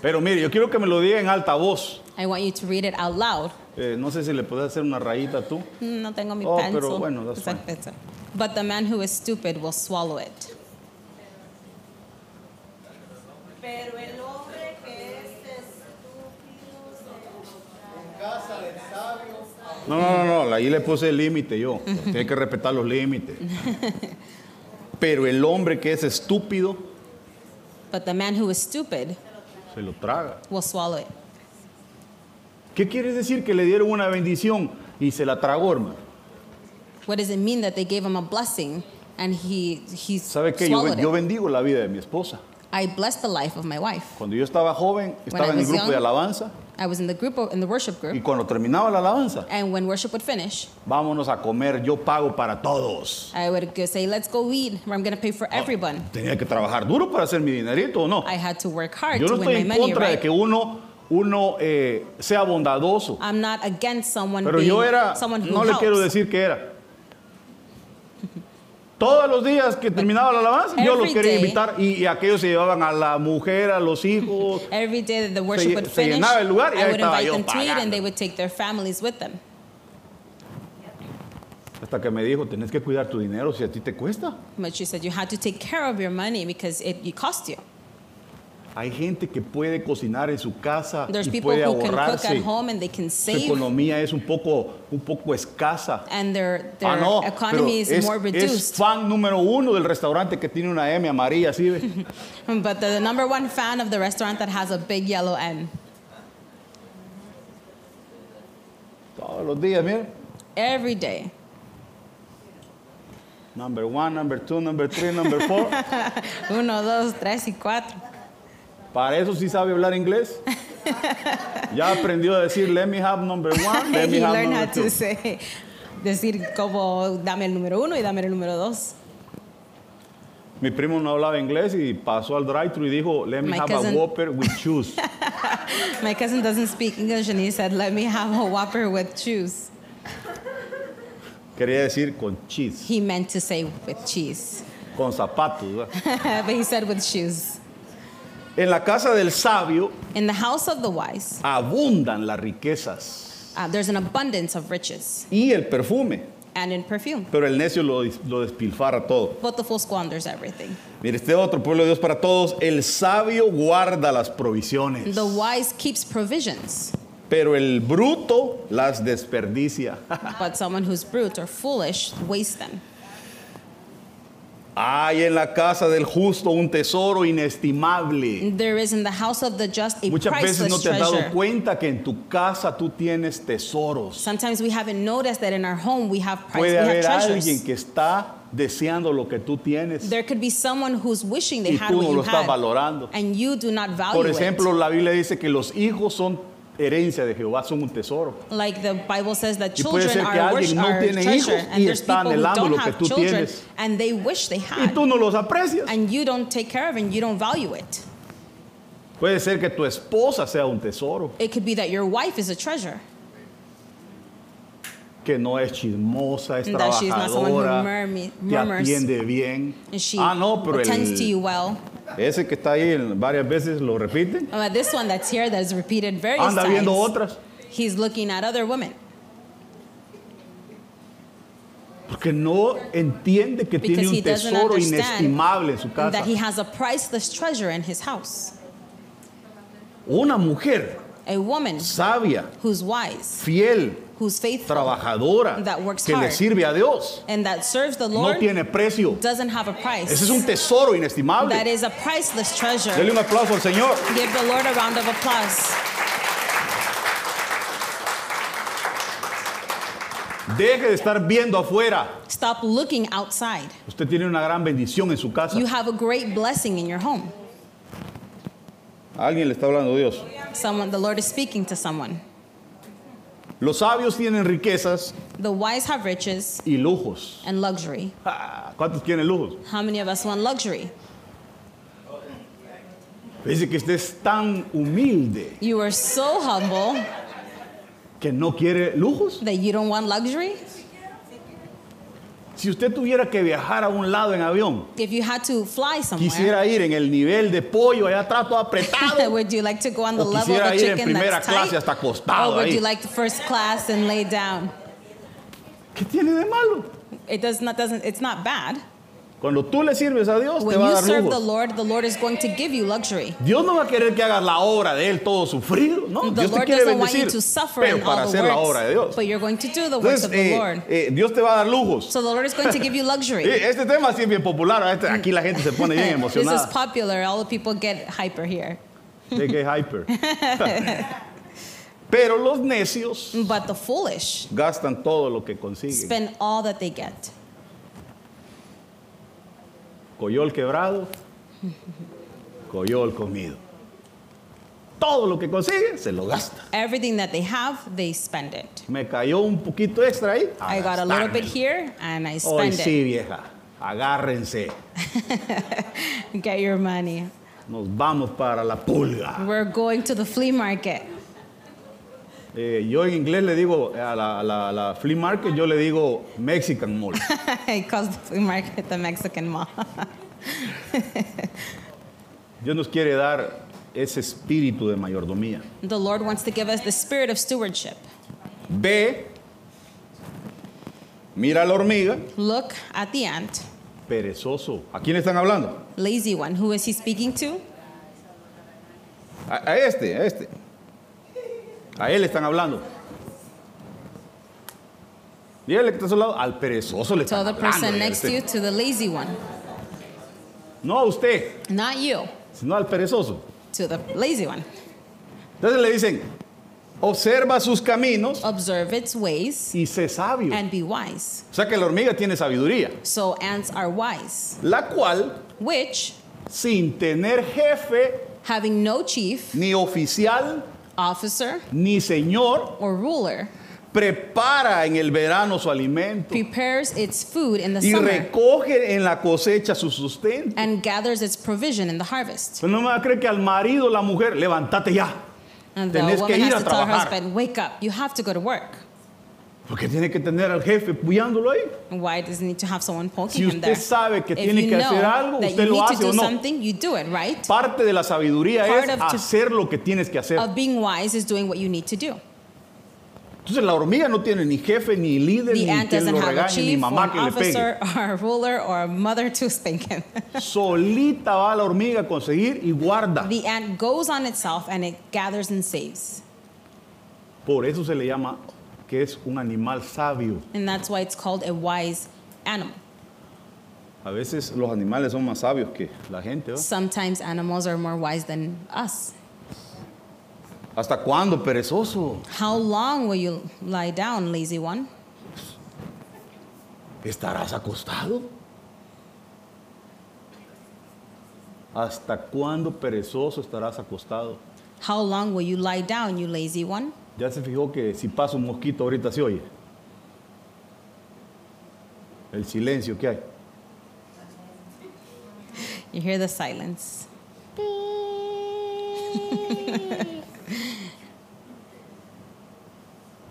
Speaker 3: Pero mire, yo quiero que me lo diga en alta voz.
Speaker 4: I want you to read it out loud.
Speaker 3: Eh, no sé si le puedes hacer una rayita tú.
Speaker 4: Mm, No tengo mi
Speaker 3: Oh, pero
Speaker 4: pencil.
Speaker 3: bueno, that's
Speaker 4: It's like
Speaker 3: fine.
Speaker 4: pencil. But the man who is stupid will swallow it.
Speaker 5: Pero el hombre que es estúpido
Speaker 3: No, no, no, no, ahí le puse el límite yo. Tiene que respetar los límites. Pero el hombre que es estúpido
Speaker 4: But the man who is stupid
Speaker 3: se lo traga.
Speaker 4: will swallow it.
Speaker 3: ¿Qué quiere decir que le dieron una bendición y se la tragó, hermano?
Speaker 4: What does it mean that they gave him a blessing and he he
Speaker 3: ¿Sabe qué? Yo,
Speaker 4: swallowed
Speaker 3: yo
Speaker 4: it?
Speaker 3: bendigo la vida de mi esposa.
Speaker 4: I blessed the life of my wife.
Speaker 3: Cuando yo estaba joven, estaba en el
Speaker 4: was
Speaker 3: grupo de
Speaker 4: young,
Speaker 3: alabanza
Speaker 4: I was in the group of, in the worship
Speaker 3: y
Speaker 4: group,
Speaker 3: cuando terminaba la alabanza,
Speaker 4: and when worship would finish,
Speaker 3: vámonos a comer, yo pago para todos.
Speaker 4: I would go say, "Let's go eat. where I'm gonna pay
Speaker 3: Oh.
Speaker 4: for everyone."
Speaker 3: Tenía que trabajar duro para hacer mi dinerito, ¿o no?
Speaker 4: I had to work hard
Speaker 3: Yo no
Speaker 4: to
Speaker 3: estoy
Speaker 4: win my
Speaker 3: en
Speaker 4: money,
Speaker 3: contra de
Speaker 4: right?
Speaker 3: que uno, uno eh, sea bondadoso,
Speaker 4: I'm not against someone
Speaker 3: pero
Speaker 4: being
Speaker 3: yo era,
Speaker 4: someone who
Speaker 3: no le
Speaker 4: helps.
Speaker 3: quiero decir que era. Todos los días que terminaba la alabanza, yo los
Speaker 4: Every
Speaker 3: quería
Speaker 4: day-
Speaker 3: invitar y, y aquellos se llevaban a la mujer, a los hijos.
Speaker 4: Every day that the worship would
Speaker 3: se
Speaker 4: finish,
Speaker 3: llenaba el lugar y ahí
Speaker 4: I would
Speaker 3: estaba
Speaker 4: invite
Speaker 3: yo
Speaker 4: them to eat,
Speaker 3: pagando.
Speaker 4: and they would take their families with them.
Speaker 3: Hasta que me dijo, tenés que cuidar tu dinero si a ti te cuesta.
Speaker 4: But she said you had to take care of your money because it, it cost you.
Speaker 3: Hay gente que puede cocinar en su casa
Speaker 4: There's
Speaker 3: y
Speaker 4: people
Speaker 3: puede
Speaker 4: who can cook at
Speaker 3: ahorrarse.
Speaker 4: home and they can
Speaker 3: Su
Speaker 4: save,
Speaker 3: economía es un poco, un poco escasa.
Speaker 4: and their their
Speaker 3: Ah, no, pero
Speaker 4: economy is
Speaker 3: es,
Speaker 4: more
Speaker 3: es
Speaker 4: reduced.
Speaker 3: fan número uno del restaurante que tiene una M amarilla, ¿sí ve?
Speaker 4: But the number one fan of the restaurant that has a big yellow N.
Speaker 3: Todos los días, miren.
Speaker 4: Every day,
Speaker 3: Number one, number two, number three, number four.
Speaker 4: uno, dos, tres, y cuatro.
Speaker 3: Para eso sí sabe hablar inglés. Ya aprendió a decir, let me have number one, let me
Speaker 4: he
Speaker 3: have
Speaker 4: learned how
Speaker 3: number two.
Speaker 4: to say, decir como dame el número uno y dame el número dos.
Speaker 3: Mi primo no hablaba inglés y pasó al drive-thru y dijo, let me
Speaker 4: My
Speaker 3: have
Speaker 4: cousin-
Speaker 3: a Whopper with cheese.
Speaker 4: My cousin doesn't speak English, and he said, "Let me have a Whopper with cheese."
Speaker 3: Quería decir con cheese,
Speaker 4: He meant to say with cheese,
Speaker 3: con zapatos. ¿verdad?
Speaker 4: but he said with shoes.
Speaker 3: En la casa del sabio
Speaker 4: In the house of the wise
Speaker 3: abundan las riquezas.
Speaker 4: Uh, there's an abundance of riches
Speaker 3: y el perfume.
Speaker 4: and in perfume,
Speaker 3: Pero el necio lo, dis- lo despilfarra todo.
Speaker 4: but the fool squanders everything.
Speaker 3: Mire, este otro pueblo de Dios para todos. El sabio guarda las provisiones,
Speaker 4: The wise keeps provisions,
Speaker 3: pero el bruto las desperdicia.
Speaker 4: but someone who's brute or foolish wastes them.
Speaker 3: Hay en la casa del justo un tesoro inestimable.
Speaker 4: There is in the house of the just a
Speaker 3: Muchas veces
Speaker 4: priceless
Speaker 3: no te has dado
Speaker 4: treasure.
Speaker 3: cuenta que en tu casa tú tienes tesoros.
Speaker 4: Sometimes we haven't noticed that in our home we have price, we
Speaker 3: Puede
Speaker 4: have
Speaker 3: haber alguien
Speaker 4: treasures.
Speaker 3: que está deseando lo que tú tienes.
Speaker 4: There could be someone who's wishing they
Speaker 3: Y
Speaker 4: had
Speaker 3: tú
Speaker 4: what
Speaker 3: no
Speaker 4: you
Speaker 3: lo estás
Speaker 4: had,
Speaker 3: valorando.
Speaker 4: and you do not value
Speaker 3: Por ejemplo,
Speaker 4: it.
Speaker 3: la Biblia dice que los hijos son herencia de Jehová, son un tesoro.
Speaker 4: Like the Bible says that
Speaker 3: Y puede
Speaker 4: children
Speaker 3: ser que
Speaker 4: are,
Speaker 3: alguien
Speaker 4: worship,
Speaker 3: no
Speaker 4: are
Speaker 3: tiene
Speaker 4: treasure,
Speaker 3: hijos y
Speaker 4: and there's
Speaker 3: está
Speaker 4: people who
Speaker 3: anhelando lo
Speaker 4: don't
Speaker 3: que
Speaker 4: have
Speaker 3: tú
Speaker 4: children,
Speaker 3: tienes.
Speaker 4: and they wish they
Speaker 3: Y
Speaker 4: had,
Speaker 3: tú no los aprecias.
Speaker 4: and you don't take care of it, and you don't value it.
Speaker 3: Puede ser que tu esposa sea un tesoro,
Speaker 4: It could be that your wife is a treasure,
Speaker 3: que no es chismosa, es
Speaker 4: And that she's not someone who
Speaker 3: trabajadora,
Speaker 4: murmi-
Speaker 3: te
Speaker 4: murmurs.
Speaker 3: atiende bien.
Speaker 4: and she
Speaker 3: Ah, no, pero
Speaker 4: attends to you
Speaker 3: el,
Speaker 4: well.
Speaker 3: ese que está ahí el- varias veces lo repiten.
Speaker 4: Uh, this one that's here that is repeated various
Speaker 3: Anda
Speaker 4: times.
Speaker 3: viendo otras.
Speaker 4: He's looking at other women
Speaker 3: Porque no entiende que tiene
Speaker 4: because he
Speaker 3: un
Speaker 4: doesn't
Speaker 3: tesoro
Speaker 4: understand
Speaker 3: inestimable en su casa.
Speaker 4: that he has a priceless treasure in his house.
Speaker 3: Una mujer
Speaker 4: A woman
Speaker 3: sabia,
Speaker 4: who's wise,
Speaker 3: fiel,
Speaker 4: who's faithful,
Speaker 3: trabajadora,
Speaker 4: That works
Speaker 3: que le
Speaker 4: hard.
Speaker 3: sirve a Dios,
Speaker 4: and that serves the
Speaker 3: no
Speaker 4: Lord
Speaker 3: tiene precio.
Speaker 4: doesn't have a price.
Speaker 3: Ese es un tesoro
Speaker 4: that
Speaker 3: inestimable.
Speaker 4: is a priceless
Speaker 3: Dele
Speaker 4: treasure.
Speaker 3: un aplauso al Señor.
Speaker 4: Give the Lord a round of applause.
Speaker 3: Deje de estar viendo afuera.
Speaker 4: Stop looking outside.
Speaker 3: Usted tiene una gran bendición en su casa.
Speaker 4: You have a great blessing in your home.
Speaker 3: A alguien le está hablando Dios.
Speaker 4: Someone, the Lord is speaking to someone.
Speaker 3: Los sabios tienen riquezas
Speaker 4: The wise have riches
Speaker 3: y lujos.
Speaker 4: and luxury.
Speaker 3: Ja, ¿Cuántos tienen lujos?
Speaker 4: How many of us want luxury?
Speaker 3: Dice que usted es tan humilde
Speaker 4: You are so humble
Speaker 3: que no quiere lujos.
Speaker 4: that you don't want luxury.
Speaker 3: Si usted tuviera que viajar a un lado en avión,
Speaker 4: If you had to fly somewhere,
Speaker 3: quisiera ir en el nivel de pollo allá atrás todo apretado.
Speaker 4: would you like to go on the
Speaker 3: O
Speaker 4: level of
Speaker 3: quisiera
Speaker 4: the
Speaker 3: ir en
Speaker 4: chicken
Speaker 3: primera
Speaker 4: that's tight?
Speaker 3: clase hasta acostado
Speaker 4: or would
Speaker 3: ahí.
Speaker 4: you like the first class and lay down?
Speaker 3: ¿Qué tiene de malo?
Speaker 4: It does not doesn't it's not bad.
Speaker 3: Cuando tú le sirves a Dios, te
Speaker 4: When
Speaker 3: va
Speaker 4: you
Speaker 3: a dar
Speaker 4: serve the
Speaker 3: lujos.
Speaker 4: Lord, the Lord is going to give you luxury.
Speaker 3: Dios no va a querer que hagas la obra de Él todo sufrido. No,
Speaker 4: The
Speaker 3: Dios te
Speaker 4: Lord
Speaker 3: quiere
Speaker 4: doesn't want you
Speaker 3: bendecir,
Speaker 4: to suffer
Speaker 3: pero
Speaker 4: in
Speaker 3: para
Speaker 4: all the
Speaker 3: hacer la obra de Dios.
Speaker 4: works, but you're going to do the works
Speaker 3: Entonces,
Speaker 4: of the
Speaker 3: eh,
Speaker 4: Lord.
Speaker 3: eh, Dios te va a dar lujos.
Speaker 4: So the Lord is going to give you luxury.
Speaker 3: Eh, Este tema sí es bien popular. a este- Aquí la gente se pone bien
Speaker 4: This is
Speaker 3: emocionada.
Speaker 4: popular. All the people get hyper here.
Speaker 3: De que es hyper. Pero los necios
Speaker 4: But the foolish
Speaker 3: gastan todo lo que consiguen.
Speaker 4: spend all that they get.
Speaker 3: Coyol quebrado, coyol comido. Todo lo que consigue se lo gasta.
Speaker 4: Everything that they have, they spend it.
Speaker 3: Me cayó un poquito extra ahí. a
Speaker 4: I got a little bit
Speaker 3: gastármelo.
Speaker 4: here and I
Speaker 3: Hoy
Speaker 4: spend
Speaker 3: sí, vieja. Agárrense.
Speaker 4: it. Get your money.
Speaker 3: Nos vamos para la pulga.
Speaker 4: We're going to the flea market.
Speaker 3: Eh, yo en inglés le digo a la, a la- a la flea market, yo le digo Mexican Mall.
Speaker 4: I calls the flea market the Mexican mall.
Speaker 3: Dios nos quiere dar ese espíritu de mayordomía.
Speaker 4: the Lord wants to give us the spirit of stewardship.
Speaker 3: Ve, mira a la hormiga,
Speaker 4: Look at the ant,
Speaker 3: perezoso. ¿A quién le están hablando?
Speaker 4: lazy one. Who is he speaking to?
Speaker 3: A, a este, a este. A él le están hablando. Dígale que está a su lado, al perezoso le
Speaker 4: To
Speaker 3: están
Speaker 4: the
Speaker 3: hablando.
Speaker 4: person
Speaker 3: dígale
Speaker 4: next to
Speaker 3: usted.
Speaker 4: you, to the lazy one.
Speaker 3: No a usted,
Speaker 4: Not you,
Speaker 3: sino al perezoso.
Speaker 4: to the lazy one.
Speaker 3: Entonces le dicen, observa sus caminos
Speaker 4: Observe its ways
Speaker 3: y sé sabio.
Speaker 4: and be wise.
Speaker 3: O sea que la hormiga tiene sabiduría,
Speaker 4: So ants are wise,
Speaker 3: la cual,
Speaker 4: which,
Speaker 3: sin tener jefe,
Speaker 4: having no chief,
Speaker 3: ni oficial,
Speaker 4: officer,
Speaker 3: ni señor,
Speaker 4: or ruler,
Speaker 3: prepara en el verano su alimento
Speaker 4: prepares its food in the
Speaker 3: y
Speaker 4: summer
Speaker 3: recoge en la cosecha su sustento.
Speaker 4: and gathers its provision in the harvest.
Speaker 3: Pues no me va a creer que al marido, la mujer, levántate ya,
Speaker 4: And the
Speaker 3: Tenés que
Speaker 4: woman
Speaker 3: ir
Speaker 4: has
Speaker 3: a
Speaker 4: to tell her
Speaker 3: trabajar.
Speaker 4: husband, wake up, you have to go to work.
Speaker 3: porque tiene que tener al jefe puyándolo ahí.
Speaker 4: Why does he need to have someone
Speaker 3: Si
Speaker 4: poking him
Speaker 3: usted
Speaker 4: there?
Speaker 3: sabe que
Speaker 4: If
Speaker 3: tiene
Speaker 4: you
Speaker 3: que
Speaker 4: know
Speaker 3: hacer algo,
Speaker 4: that
Speaker 3: usted
Speaker 4: you
Speaker 3: lo
Speaker 4: need to
Speaker 3: hace
Speaker 4: do
Speaker 3: o no.
Speaker 4: something, you do it, right?
Speaker 3: Parte de la sabiduría es
Speaker 4: Part of to-
Speaker 3: hacer lo que tienes que hacer.
Speaker 4: Of being wise is doing what you need to do.
Speaker 3: Entonces la hormiga no tiene ni jefe, ni líder,
Speaker 4: The
Speaker 3: ni
Speaker 4: ant
Speaker 3: quien
Speaker 4: doesn't
Speaker 3: lo
Speaker 4: have a
Speaker 3: regañe, ni
Speaker 4: chief, or
Speaker 3: mamá
Speaker 4: an
Speaker 3: que le pegue.
Speaker 4: officer, or a ruler, or a mother to spank him.
Speaker 3: Solita va la hormiga a conseguir y guarda.
Speaker 4: the ant goes on itself and it gathers and saves.
Speaker 3: Por eso se le llama que es un animal sabio.
Speaker 4: And that's why it's called a wise animal.
Speaker 3: A veces los animales son más sabios que la gente. ¿va?
Speaker 4: Sometimes animals are more wise than us.
Speaker 3: ¿Hasta cuándo, perezoso?
Speaker 4: How long will you lie down, lazy one?
Speaker 3: ¿Estarás acostado? ¿Hasta cuándo, perezoso, estarás acostado?
Speaker 4: How long will you lie down, you lazy one?
Speaker 3: Ya se fijó que si pasa un mosquito ahorita se oye. El silencio que hay.
Speaker 4: You hear the silence.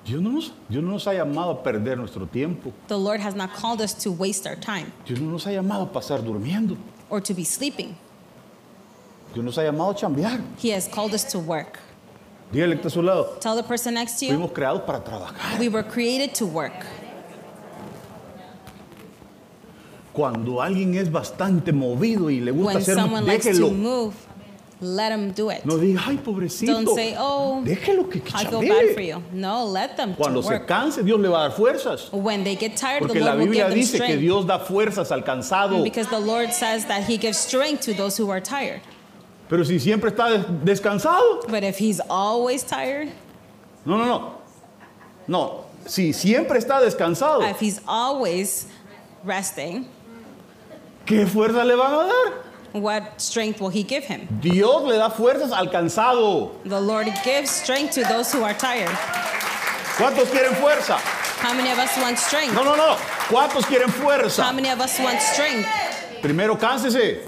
Speaker 3: Dios no nos, Dios no nos ha llamado a perder nuestro tiempo.
Speaker 4: The Lord has not called us to waste our time
Speaker 3: Dios no nos ha llamado a pasar durmiendo.
Speaker 4: or to be sleeping.
Speaker 3: Dios nos ha llamado a chambear.
Speaker 4: He has called us to work.
Speaker 3: Dígale que está a su lado.
Speaker 4: Tell the person next to you,
Speaker 3: Fuimos creados para trabajar.
Speaker 4: we were created to work.
Speaker 3: Cuando alguien es bastante movido y le gusta
Speaker 4: When
Speaker 3: hacer,
Speaker 4: someone likes to
Speaker 3: déjelo.
Speaker 4: move, let them do it.
Speaker 3: No diga, ay, pobrecito.
Speaker 4: Don't say, oh,
Speaker 3: déjelo que, que
Speaker 4: I feel
Speaker 3: chambee".
Speaker 4: bad for you. No, let them to
Speaker 3: Cuando se
Speaker 4: work.
Speaker 3: canse, Dios le va a dar fuerzas.
Speaker 4: When they get tired, the
Speaker 3: Porque la
Speaker 4: Lord will
Speaker 3: Biblia
Speaker 4: give them
Speaker 3: dice que
Speaker 4: strength.
Speaker 3: Dios da fuerzas al cansado.
Speaker 4: Because the Lord says that He gives strength to those who are tired.
Speaker 3: Pero si siempre está des- descansado.
Speaker 4: But if He's always tired,
Speaker 3: No, no, no. No, si siempre está descansado,
Speaker 4: if He's always resting,
Speaker 3: ¿qué fuerza le van a dar?
Speaker 4: what strength will He give him?
Speaker 3: Dios le da fuerzas al cansado.
Speaker 4: The Lord gives strength to those who are tired.
Speaker 3: ¿Cuántos quieren fuerza?
Speaker 4: How many of us want strength?
Speaker 3: No, no, no. ¿Cuántos quieren
Speaker 4: How
Speaker 3: fuerza?
Speaker 4: many of us want strength?
Speaker 3: Primero cánsese.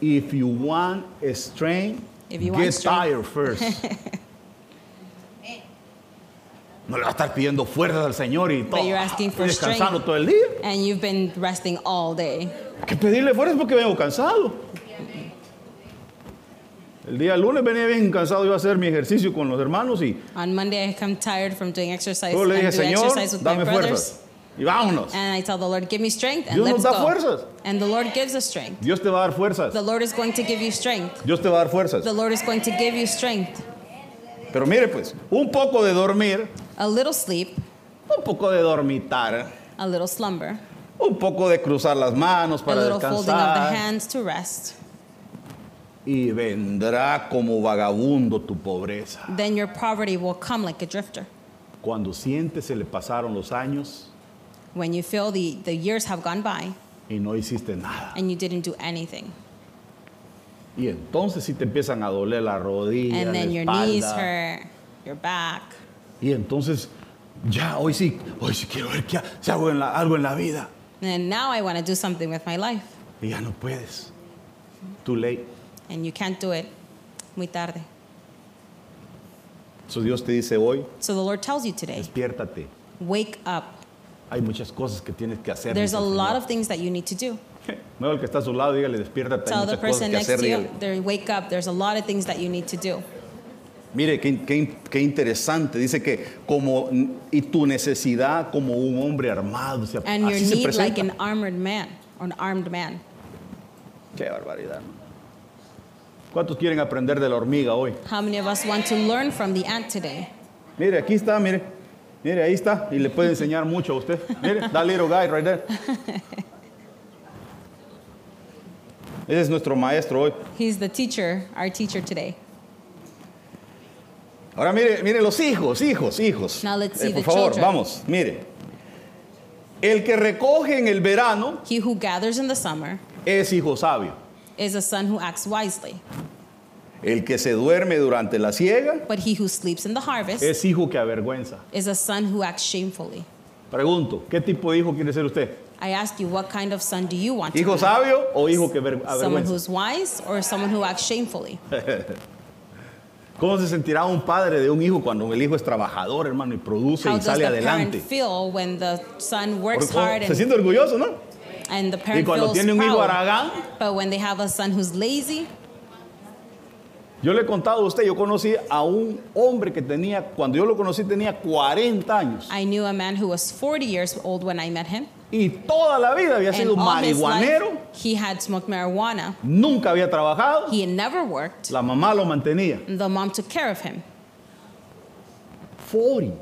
Speaker 3: If you want a strength,
Speaker 4: If you
Speaker 3: get
Speaker 4: want strength.
Speaker 3: tired first. No le va a estar pidiendo fuerzas al Señor y todo.
Speaker 4: you're asking for
Speaker 3: descansando
Speaker 4: strength.
Speaker 3: todo el día.
Speaker 4: And you've been resting all day.
Speaker 3: que pedirle fuerzas porque vengo cansado. El día lunes venía bien cansado, iba a hacer mi ejercicio con los hermanos y
Speaker 4: On Monday, I come tired from doing exercise.
Speaker 3: yo le
Speaker 4: and
Speaker 3: dije,
Speaker 4: do
Speaker 3: Señor,
Speaker 4: exercise with my
Speaker 3: dame
Speaker 4: brothers.
Speaker 3: fuerzas. Y vámonos.
Speaker 4: And I tell the Lord, give me strength and
Speaker 3: Dios
Speaker 4: let's
Speaker 3: nos da
Speaker 4: go.
Speaker 3: fuerzas.
Speaker 4: And the Lord gives us strength.
Speaker 3: Dios te va a dar fuerzas.
Speaker 4: The Lord is going to give you strength.
Speaker 3: Dios te va a dar fuerzas.
Speaker 4: The Lord is going to give you strength.
Speaker 3: Pero mire pues, un poco de dormir,
Speaker 4: A little sleep,
Speaker 3: un poco de dormitar,
Speaker 4: a little slumber,
Speaker 3: un poco de cruzar las manos
Speaker 4: a
Speaker 3: para
Speaker 4: little folding of the
Speaker 3: descansar
Speaker 4: hands to rest.
Speaker 3: y vendrá como vagabundo tu pobreza.
Speaker 4: Then your poverty will come like a drifter.
Speaker 3: Cuando sientes se le pasaron los años
Speaker 4: When you feel the, the years have gone by
Speaker 3: y no hiciste nada.
Speaker 4: and you didn't do anything.
Speaker 3: Y entonces sí te empiezan a doler la rodilla,
Speaker 4: and then
Speaker 3: la
Speaker 4: your
Speaker 3: espalda.
Speaker 4: knees hurt, your back.
Speaker 3: Y entonces ya hoy sí, hoy sí quiero ver que ha- si hago en la- algo en la vida.
Speaker 4: And now I want to do something with my life.
Speaker 3: Y ya no puedes. Too late.
Speaker 4: And you can't do it. Muy tarde.
Speaker 3: So Dios te dice hoy,
Speaker 4: So the Lord tells you today
Speaker 3: despiértate.
Speaker 4: wake up.
Speaker 3: Hay muchas cosas que tienes que hacer.
Speaker 4: There's
Speaker 3: dice
Speaker 4: a
Speaker 3: el
Speaker 4: lot
Speaker 3: Señor.
Speaker 4: of things that you need to do.
Speaker 3: Mueva al que está a su lado, dígale, despiértate. Hay
Speaker 4: Tell the
Speaker 3: muchas cosas
Speaker 4: person
Speaker 3: que
Speaker 4: next
Speaker 3: hacer.
Speaker 4: to you,
Speaker 3: dígale.
Speaker 4: they wake up. There's a lot of things that you need to do.
Speaker 3: Mire, qué, in- qué in- qué interesante. Dice que como y tu necesidad como un hombre armado. o sea,
Speaker 4: And your
Speaker 3: así se
Speaker 4: need like
Speaker 3: presenta.
Speaker 4: an armored man or an armed man.
Speaker 3: Qué barbaridad. ¿no? ¿Cuántos quieren aprender de la hormiga hoy?
Speaker 4: How many of us want to learn from the ant today?
Speaker 3: Mire, aquí está, mire. Mire, ahí está. Y le puede enseñar mucho a usted. Mire, that little guy right there. Ese es nuestro maestro hoy.
Speaker 4: He's the teacher, our teacher today.
Speaker 3: Ahora mire, mire los hijos, hijos, hijos. Eh,
Speaker 4: Now let's see
Speaker 3: por
Speaker 4: the
Speaker 3: favor,
Speaker 4: children.
Speaker 3: vamos, mire. El que recoge en el verano
Speaker 4: He who gathers in the summer
Speaker 3: es hijo sabio.
Speaker 4: is a son who acts wisely,
Speaker 3: El que se duerme durante la siega
Speaker 4: but he who sleeps in the harvest
Speaker 3: es hijo que avergüenza.
Speaker 4: is a son who acts shamefully.
Speaker 3: Pregunto, ¿qué tipo de hijo quiere ser usted?
Speaker 4: I ask you, what kind of son do you want to
Speaker 3: ¿Hijo
Speaker 4: be?
Speaker 3: sabio o hijo que aver-
Speaker 4: Someone
Speaker 3: avergüenza?
Speaker 4: who's wise or someone who acts shamefully?
Speaker 3: ¿Cómo se sentirá un padre de un hijo cuando el hijo es trabajador, hermano, y produce
Speaker 4: How
Speaker 3: y
Speaker 4: does the
Speaker 3: sale
Speaker 4: parent
Speaker 3: adelante?
Speaker 4: feel when the son
Speaker 3: Porque
Speaker 4: works hard
Speaker 3: Se
Speaker 4: and,
Speaker 3: siente orgulloso, ¿no?
Speaker 4: and the
Speaker 3: Y
Speaker 4: parent
Speaker 3: cuando
Speaker 4: feels
Speaker 3: tiene un hijo
Speaker 4: proud?
Speaker 3: aragán,
Speaker 4: But when they have a son who's lazy,
Speaker 3: Yo le he contado a usted, yo conocí a un hombre que tenía, cuando yo lo conocí tenía 40 años
Speaker 4: I knew a man who was 40 years old when I met him.
Speaker 3: y toda la vida había
Speaker 4: And
Speaker 3: sido
Speaker 4: all his life,
Speaker 3: marihuanero,
Speaker 4: he had smoked marijuana.
Speaker 3: nunca había trabajado,
Speaker 4: He had never worked.
Speaker 3: la mamá lo mantenía.
Speaker 4: And the mom took care of him.
Speaker 3: 40.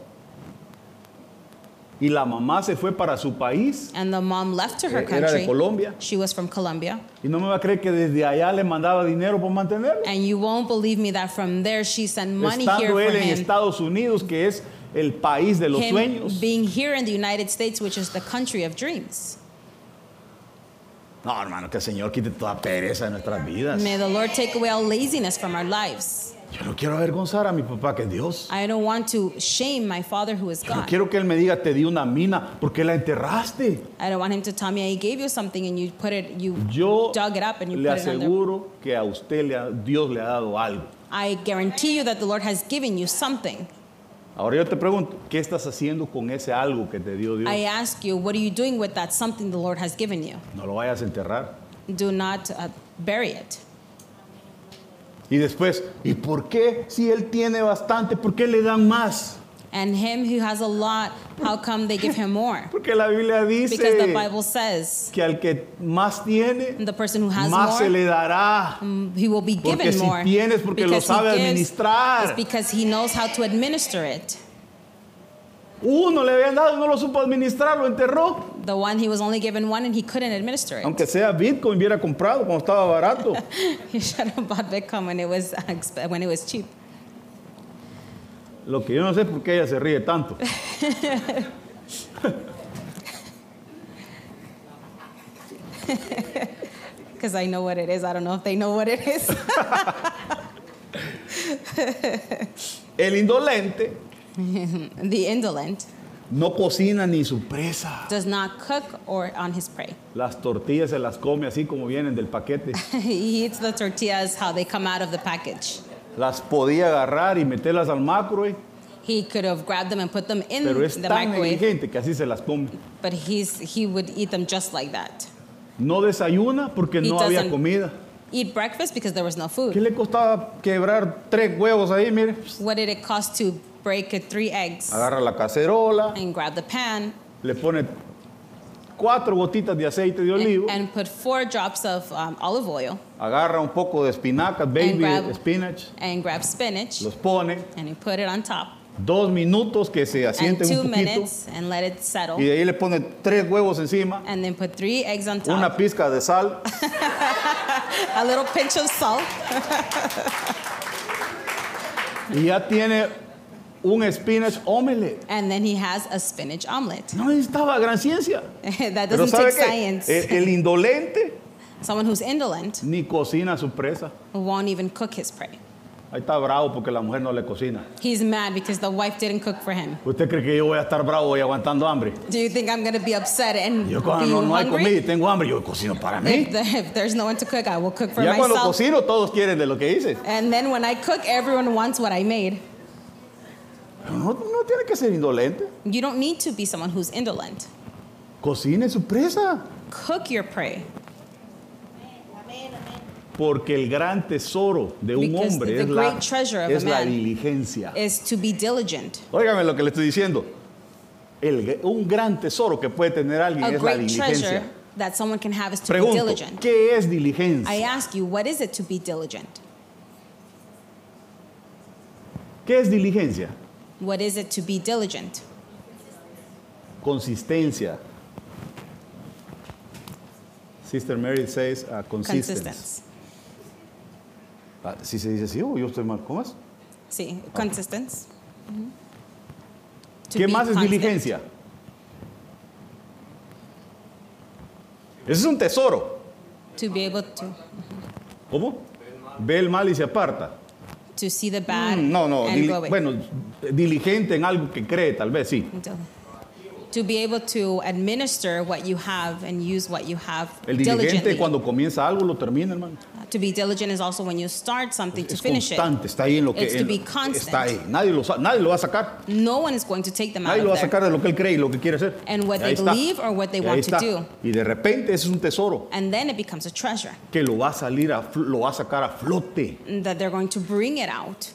Speaker 3: Y la mamá se fue para su país,
Speaker 4: And the mom left to her
Speaker 3: eh, era de
Speaker 4: country.
Speaker 3: Colombia,
Speaker 4: She was from Colombia.
Speaker 3: y no me va a creer que desde allá le mandaba dinero por mantenerlo.
Speaker 4: And you won't believe me that from there she sent money here
Speaker 3: Estando
Speaker 4: for
Speaker 3: él en
Speaker 4: him.
Speaker 3: Estados Unidos, que es el país de los
Speaker 4: him
Speaker 3: sueños.
Speaker 4: being here in the United States, which is the country of dreams.
Speaker 3: No, hermano, que el Señor quite toda pereza de nuestras vidas.
Speaker 4: May the Lord take away all laziness from our lives.
Speaker 3: Yo no quiero avergonzar a mi papá, que es Dios.
Speaker 4: I don't want to shame my father who is
Speaker 3: Yo no
Speaker 4: God.
Speaker 3: quiero que él me diga, te di una mina, porque la enterraste?
Speaker 4: I don't want him to tell me I gave you something and you put it, you
Speaker 3: Yo
Speaker 4: dug it up and you
Speaker 3: le
Speaker 4: put it under.
Speaker 3: aseguro que a usted le ha- Dios le ha dado algo.
Speaker 4: I guarantee you that the Lord has given you something.
Speaker 3: Ahora yo te pregunto, ¿qué estás haciendo con ese algo que te dio Dios?
Speaker 4: I ask you, what are you doing with that something the Lord has given you?
Speaker 3: No lo vayas a enterrar.
Speaker 4: Do not uh, bury it.
Speaker 3: Y después, ¿y por qué si él tiene bastante, por qué le dan más?
Speaker 4: And him who has a lot, how come they give him more?
Speaker 3: Porque la Biblia
Speaker 4: Because the
Speaker 3: dice
Speaker 4: Bible says
Speaker 3: que al que más tiene,
Speaker 4: the person who has
Speaker 3: más se
Speaker 4: more
Speaker 3: le dará.
Speaker 4: Mm, he will be
Speaker 3: Porque
Speaker 4: given
Speaker 3: si
Speaker 4: more.
Speaker 3: tienes, porque lo
Speaker 4: because he
Speaker 3: sabe
Speaker 4: gives,
Speaker 3: administrar.
Speaker 4: It's because he knows how to administer it.
Speaker 3: Uno le habían dado, no lo supo administrar, lo enterró.
Speaker 4: The one he was only given one and he couldn't administer it.
Speaker 3: Aunque sea Bitcoin, hubiera comprado cuando estaba barato.
Speaker 4: He should have bought Bitcoin when it was exp- when it was cheap.
Speaker 3: Lo que yo no sé es por qué ella se ríe tanto.
Speaker 4: Because I know what it is. I don't know if they know what it is.
Speaker 3: El indolente
Speaker 4: the indolent
Speaker 3: no cocina ni su presa.
Speaker 4: does not cook or on his prey.
Speaker 3: Las tortillas se las come así como vienen del paquete.
Speaker 4: he eats the tortillas how they come out of the package.
Speaker 3: Las podía agarrar y meterlas al macro, eh,
Speaker 4: He could have grabbed them and put them in
Speaker 3: pero es
Speaker 4: the
Speaker 3: tan
Speaker 4: microwave,
Speaker 3: negligente que así se las come.
Speaker 4: but he's he would eat them just like that.
Speaker 3: No desayuna porque
Speaker 4: He
Speaker 3: no había
Speaker 4: doesn't-
Speaker 3: comida.
Speaker 4: Eat breakfast because there was no food.
Speaker 3: ¿Qué le costaba quebrar tres huevos ahí? Mire,
Speaker 4: What did it cost to break uh, three eggs
Speaker 3: agarra la cacerola,
Speaker 4: and grab the pan
Speaker 3: le pone cuatro gotitas de aceite
Speaker 4: and,
Speaker 3: de olivo,
Speaker 4: and put four drops of um, olive oil
Speaker 3: agarra un poco de espinacas, baby
Speaker 4: grab-
Speaker 3: spinach,
Speaker 4: and grab spinach
Speaker 3: los pone,
Speaker 4: and you put it on top
Speaker 3: dos minutos que se
Speaker 4: and
Speaker 3: asienten
Speaker 4: two
Speaker 3: un poquito
Speaker 4: minutes and let it settle
Speaker 3: y de ahí le pone tres huevos encima,
Speaker 4: and then put three eggs on top,
Speaker 3: una pizca de sal,
Speaker 4: a little pinch of salt,
Speaker 3: y ya tiene un spinach omelette.
Speaker 4: and then he has a spinach omelet.
Speaker 3: No necesitaba gran ciencia.
Speaker 4: that
Speaker 3: Pero
Speaker 4: doesn't
Speaker 3: ¿sabe
Speaker 4: take
Speaker 3: qué? Eh.
Speaker 4: science.
Speaker 3: El, el indolente
Speaker 4: Someone who's indolent
Speaker 3: ni cocina su presa.
Speaker 4: won't even cook his prey.
Speaker 3: Ahí está bravo porque la mujer no le cocina.
Speaker 4: He's mad because the wife didn't cook for him.
Speaker 3: ¿Usted cree que yo voy a estar bravo y aguantando hambre?
Speaker 4: Do you think I'm gonna be upset and
Speaker 3: Yo
Speaker 4: be
Speaker 3: cuando no, no hay
Speaker 4: hungry?
Speaker 3: comida y tengo hambre, yo cocino para mí.
Speaker 4: If, the- if there's no one to cook, I will cook for
Speaker 3: Ya cuando
Speaker 4: myself.
Speaker 3: cocino todos quieren de lo que hice.
Speaker 4: And then when I cook, everyone wants what I made.
Speaker 3: Pero no, no tiene que ser indolente.
Speaker 4: You don't need to be someone who's indolent.
Speaker 3: Cocine su presa.
Speaker 4: Cook your prey.
Speaker 5: Amén, amén.
Speaker 3: Porque el gran tesoro de un
Speaker 4: Because
Speaker 3: hombre
Speaker 4: the
Speaker 3: es,
Speaker 4: great
Speaker 3: la,
Speaker 4: treasure of a
Speaker 3: es la
Speaker 4: man
Speaker 3: diligencia.
Speaker 4: Is to be diligent.
Speaker 3: Óigame lo que le estoy diciendo. El- un gran tesoro que puede tener alguien
Speaker 4: A
Speaker 3: es la
Speaker 4: great treasure
Speaker 3: diligencia.
Speaker 4: that someone can have is to be
Speaker 3: Pregunto,
Speaker 4: diligent.
Speaker 3: ¿qué es
Speaker 4: I
Speaker 3: diligencia?
Speaker 4: ask you, what is it to be diligent?
Speaker 3: ¿Qué es diligencia?
Speaker 4: What is it to be diligent?
Speaker 3: Consistencia. Sister Mary says uh, consistency.
Speaker 4: Consistence.
Speaker 3: Ah, si se dice así, oh, yo estoy mal, ¿cómo es?
Speaker 4: See, consistence. Mhm. To
Speaker 3: ¿Qué
Speaker 4: be
Speaker 3: más es
Speaker 4: constant.
Speaker 3: diligencia? Ese es un tesoro.
Speaker 4: To be able to
Speaker 3: ¿Cómo? Ve el mal y se aparta.
Speaker 4: to see the bad
Speaker 3: Mm, No, no.
Speaker 4: and
Speaker 3: dili-
Speaker 4: go away.
Speaker 3: bueno, diligente en algo que cree, tal vez sí.
Speaker 4: Dil- to be able to administer what you have and use what you have
Speaker 3: El
Speaker 4: diligently.
Speaker 3: dirigente cuando comienza algo lo termina, hermano.
Speaker 4: To be diligent is also when you start something to
Speaker 3: Es
Speaker 4: finish
Speaker 3: constante, está ahí en lo que
Speaker 4: It's to
Speaker 3: en-
Speaker 4: be constant.
Speaker 3: está ahí. Nadie lo, sa- nadie lo va a sacar.
Speaker 4: it. No one is going to take them out
Speaker 3: Nadie lo va a
Speaker 4: of there.
Speaker 3: sacar de lo que él cree y lo que quiere hacer.
Speaker 4: And what
Speaker 3: Y
Speaker 4: they
Speaker 3: ahí está.
Speaker 4: believe or what they
Speaker 3: Y ahí
Speaker 4: want to
Speaker 3: está.
Speaker 4: do.
Speaker 3: Y de repente ese es un tesoro
Speaker 4: And then it becomes a treasure
Speaker 3: que lo va a salir a, fl- lo va a sacar a flote.
Speaker 4: and that they're going to bring it out.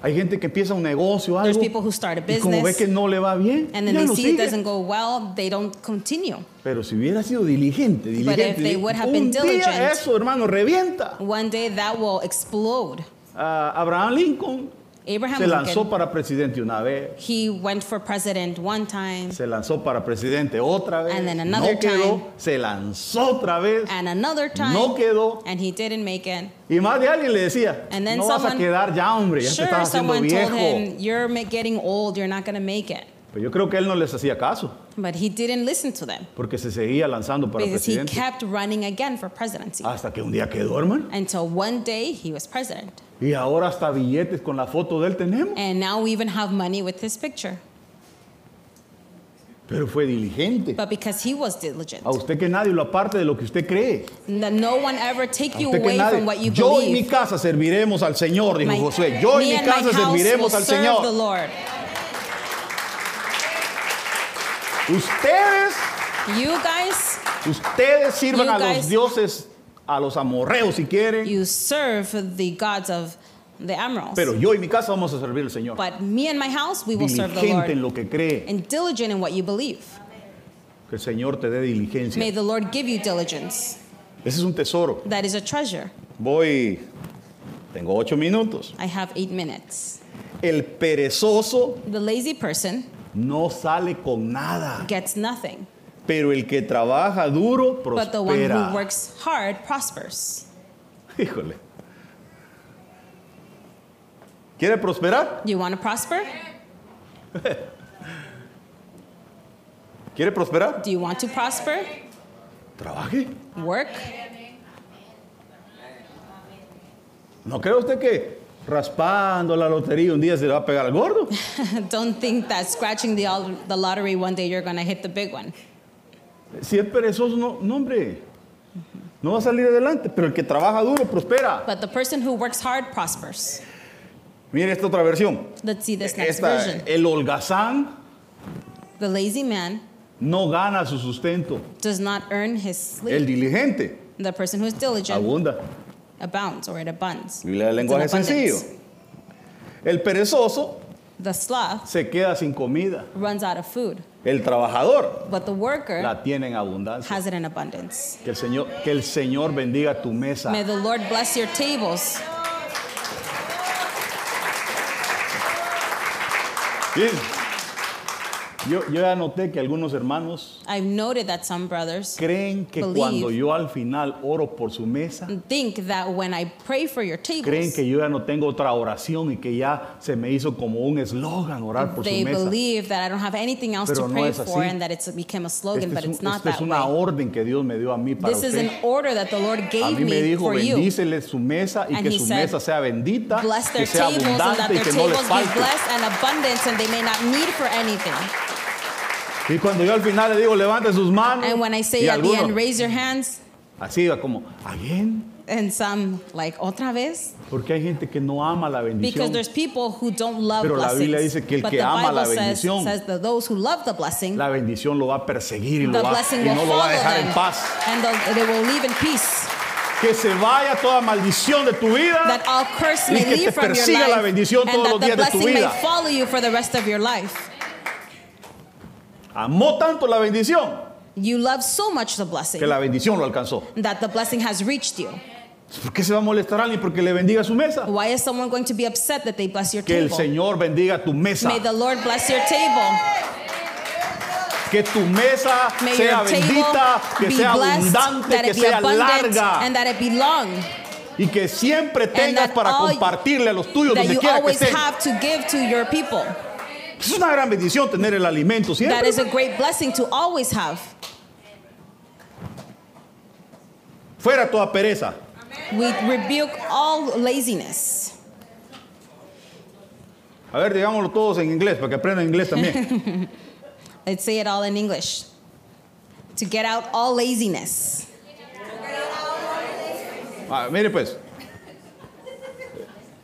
Speaker 3: Hay gente que empieza un negocio
Speaker 4: There's
Speaker 3: algo
Speaker 4: people who start a
Speaker 3: y como ve
Speaker 4: business,
Speaker 3: que no le va bien,
Speaker 4: And then
Speaker 3: ya
Speaker 4: they
Speaker 3: lo
Speaker 4: see it
Speaker 3: sigue.
Speaker 4: doesn't go well, they don't continue.
Speaker 3: Pero si hubiera sido diligente, diligente,
Speaker 4: if they would have
Speaker 3: un
Speaker 4: been
Speaker 3: día
Speaker 4: diligent.
Speaker 3: eso, hermano, revienta.
Speaker 4: One day that will explode.
Speaker 3: Ah, Abraham Lincoln
Speaker 4: Abraham
Speaker 3: se lanzó
Speaker 4: Lincoln,
Speaker 3: para presidente una vez.
Speaker 4: he went for president one time
Speaker 3: Se lanzó para presidente otra vez.
Speaker 4: And then another
Speaker 3: no quedó.
Speaker 4: time.
Speaker 3: Se lanzó otra vez.
Speaker 4: and another time,
Speaker 3: No quedó.
Speaker 4: and he didn't make it.
Speaker 3: Y más de alguien le decía,
Speaker 4: And then
Speaker 3: no vas a
Speaker 4: someone-
Speaker 3: quedar ya, hombre, ya te
Speaker 4: Sure,
Speaker 3: estás haciendo
Speaker 4: someone
Speaker 3: viejo.
Speaker 4: told him, You're ma- getting old, you're not going to make it.
Speaker 3: Pero yo creo que él no les hacía caso,
Speaker 4: But he didn't listen to them
Speaker 3: porque se seguía lanzando para
Speaker 4: because he
Speaker 3: presidente. Ah.
Speaker 4: kept running again for presidency
Speaker 3: Hasta que un día quedó, hermano.
Speaker 4: until one day he was president.
Speaker 3: Y ahora hasta billetes con la foto de él tenemos.
Speaker 4: And now we even have money with his picture.
Speaker 3: Pero fue diligente.
Speaker 4: But because he was diligent,
Speaker 3: A usted que nadie lo aparte de lo que usted cree.
Speaker 4: That no one ever take
Speaker 3: A
Speaker 4: you
Speaker 3: usted que
Speaker 4: away
Speaker 3: nadie.
Speaker 4: from what you
Speaker 3: Yo y mi
Speaker 4: believe.
Speaker 3: casa serviremos al Señor, dijo
Speaker 4: My-
Speaker 3: Josué. Yo y
Speaker 4: me
Speaker 3: mi
Speaker 4: and my
Speaker 3: casa
Speaker 4: house
Speaker 3: serviremos
Speaker 4: will
Speaker 3: al
Speaker 4: serve
Speaker 3: Señor.
Speaker 4: the Lord.
Speaker 3: Ustedes,
Speaker 4: You guys,
Speaker 3: ustedes
Speaker 4: You
Speaker 3: sirvan a los
Speaker 4: guys-
Speaker 3: dioses, a los amorreos si quieren.
Speaker 4: you serve the gods of the emeralds.
Speaker 3: Pero yo y mi casa vamos a servir al Señor.
Speaker 4: but me and my house, we will serve the
Speaker 3: Diligente en
Speaker 4: Lord.
Speaker 3: lo que cree.
Speaker 4: And diligent in what you believe.
Speaker 3: Que el Señor te dé diligencia.
Speaker 4: May the Lord give you diligence.
Speaker 3: Ese es un tesoro.
Speaker 4: That is a treasure.
Speaker 3: Voy, tengo ocho minutos.
Speaker 4: I have eight minutes.
Speaker 3: El perezoso
Speaker 4: The lazy person
Speaker 3: no sale con nada,
Speaker 4: gets nothing,
Speaker 3: pero el que trabaja duro
Speaker 4: but the one who
Speaker 3: prospera.
Speaker 4: works hard prospers.
Speaker 3: Híjole. ¿Quiere prosperar?
Speaker 4: You want to prosper?
Speaker 3: ¿Quiere prosperar?
Speaker 4: Do you want to prosper?
Speaker 3: Trabaje.
Speaker 4: Work?
Speaker 3: ¿No cree usted que raspando la lotería un día se le va a pegar al gordo?
Speaker 4: Don't think that scratching the, al- the lottery one day you're going to hit the big one.
Speaker 3: Si es perezoso, no, no, hombre. No va a salir adelante, pero el que trabaja duro prospera.
Speaker 4: But the person who works hard prospers.
Speaker 3: Mire esta otra versión.
Speaker 4: Let's see this next
Speaker 3: Esta,
Speaker 4: version.
Speaker 3: el holgazán
Speaker 4: The lazy man
Speaker 3: no gana su sustento.
Speaker 4: does not earn his sleep.
Speaker 3: El diligente
Speaker 4: the person who is diligent
Speaker 3: abunda.
Speaker 4: abounds or it abunds.
Speaker 3: Biblia del
Speaker 4: It's in
Speaker 3: lenguaje sencillo.
Speaker 4: abundance.
Speaker 3: El perezoso
Speaker 4: The sloth
Speaker 3: se queda sin comida.
Speaker 4: runs out of food,
Speaker 3: El trabajador
Speaker 4: but the worker
Speaker 3: la tiene en abundancia.
Speaker 4: has it in abundance.
Speaker 3: Que el Señor, que el Señor bendiga tu mesa.
Speaker 4: May the Lord bless your tables.
Speaker 3: Bien. Yo, yo ya noté que algunos hermanos
Speaker 4: I've noted that some brothers
Speaker 3: creen que
Speaker 4: Believe.
Speaker 3: cuando yo al final oro por su mesa,
Speaker 4: think that when I pray for your
Speaker 3: creen
Speaker 4: tables,
Speaker 3: que yo ya no tengo otra oración y que ya se me hizo como un eslogan orar por
Speaker 4: they
Speaker 3: su mesa.
Speaker 4: believe that I don't have anything else
Speaker 3: Pero
Speaker 4: to
Speaker 3: no
Speaker 4: pray
Speaker 3: es
Speaker 4: for
Speaker 3: así.
Speaker 4: and that it's become a slogan,
Speaker 3: Esta
Speaker 4: but
Speaker 3: Este es,
Speaker 4: it's
Speaker 3: un-
Speaker 4: not
Speaker 3: esta es
Speaker 4: that
Speaker 3: una
Speaker 4: way.
Speaker 3: orden que Dios me dio a mí para
Speaker 4: This is
Speaker 3: usted.
Speaker 4: an order that the Lord
Speaker 3: A
Speaker 4: gave
Speaker 3: mí me
Speaker 4: me
Speaker 3: dijo,
Speaker 4: for you.
Speaker 3: bendícele su mesa y
Speaker 4: And
Speaker 3: que
Speaker 4: he
Speaker 3: su
Speaker 4: said,
Speaker 3: mesa sea bendita,
Speaker 4: Bless
Speaker 3: que
Speaker 4: their
Speaker 3: sea
Speaker 4: tables and that
Speaker 3: abundante y
Speaker 4: their
Speaker 3: que no les
Speaker 4: tables be
Speaker 3: falte.
Speaker 4: blessed and abundance and they may not need for anything.
Speaker 3: Y cuando yo al final le digo, levante sus manos.
Speaker 4: And when I say
Speaker 3: y
Speaker 4: at the
Speaker 3: algunos,
Speaker 4: end, raise your hands,
Speaker 3: así va como, ¿alguien?
Speaker 4: and some like, otra vez?
Speaker 3: Porque hay gente que no ama la bendición.
Speaker 4: Because there's people who don't love
Speaker 3: Pero la
Speaker 4: blessings.
Speaker 3: Biblia dice que el
Speaker 4: but
Speaker 3: que
Speaker 4: the
Speaker 3: ama
Speaker 4: Bible
Speaker 3: la
Speaker 4: says,
Speaker 3: bendición-
Speaker 4: says that those who love the blessing,
Speaker 3: La bendición lo va a perseguir y,
Speaker 4: the
Speaker 3: lo va-
Speaker 4: blessing
Speaker 3: y
Speaker 4: will
Speaker 3: no lo
Speaker 4: follow
Speaker 3: va a dejar
Speaker 4: them.
Speaker 3: en paz.
Speaker 4: And they'll- they will leave in peace.
Speaker 3: Que se vaya toda maldición de tu vida.
Speaker 4: That all curse
Speaker 3: Y
Speaker 4: may
Speaker 3: que te
Speaker 4: leave from your
Speaker 3: persiga la
Speaker 4: life.
Speaker 3: bendición
Speaker 4: and
Speaker 3: todos
Speaker 4: that
Speaker 3: los días de
Speaker 4: the
Speaker 3: tu
Speaker 4: blessing
Speaker 3: vida.
Speaker 4: may follow you for the rest of your life.
Speaker 3: Amó tanto la bendición
Speaker 4: You love so much the blessing
Speaker 3: que la bendición lo alcanzó.
Speaker 4: that the blessing has reached you.
Speaker 3: ¿Por qué se va a molestar a alguien porque le bendiga su mesa?
Speaker 4: Why is someone going to be upset that they bless your
Speaker 3: Que el
Speaker 4: table?
Speaker 3: Señor bendiga tu mesa.
Speaker 4: May the Lord bless your table.
Speaker 3: Que tu mesa
Speaker 4: May
Speaker 3: sea
Speaker 4: your table
Speaker 3: bendita, que
Speaker 4: be
Speaker 3: sea
Speaker 4: blessed,
Speaker 3: abundante,
Speaker 4: that
Speaker 3: que
Speaker 4: it be
Speaker 3: sea
Speaker 4: abundant,
Speaker 3: larga
Speaker 4: and that it be long,
Speaker 3: y que siempre tengas
Speaker 4: that
Speaker 3: para
Speaker 4: all-
Speaker 3: compartirle a los tuyos
Speaker 4: that
Speaker 3: donde
Speaker 4: you
Speaker 3: quiera que
Speaker 4: always
Speaker 3: estén.
Speaker 4: have to give to your people.
Speaker 3: Es una gran bendición tener el alimento
Speaker 4: That
Speaker 3: siempre.
Speaker 4: is a great blessing to always have.
Speaker 3: Fuera toda pereza.
Speaker 4: We rebuke all laziness.
Speaker 3: A ver, digámoslo todos en inglés para que aprendan inglés también.
Speaker 4: I'd say it all in English. To get out all laziness.
Speaker 3: Ah, mire pues.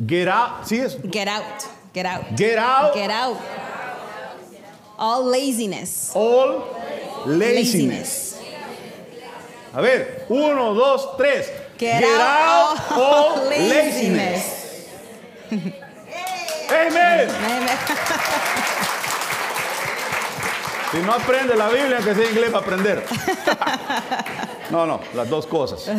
Speaker 3: Get out. Sí es.
Speaker 4: Get out. Get out.
Speaker 3: Get out
Speaker 4: Get out. All laziness.
Speaker 3: all laziness. A ver, uno, dos, tres.
Speaker 4: Get out all laziness.
Speaker 3: Amen.
Speaker 4: Amen.
Speaker 3: Si no aprende la Biblia, que sea inglés para aprender. No, no, las dos cosas. Yo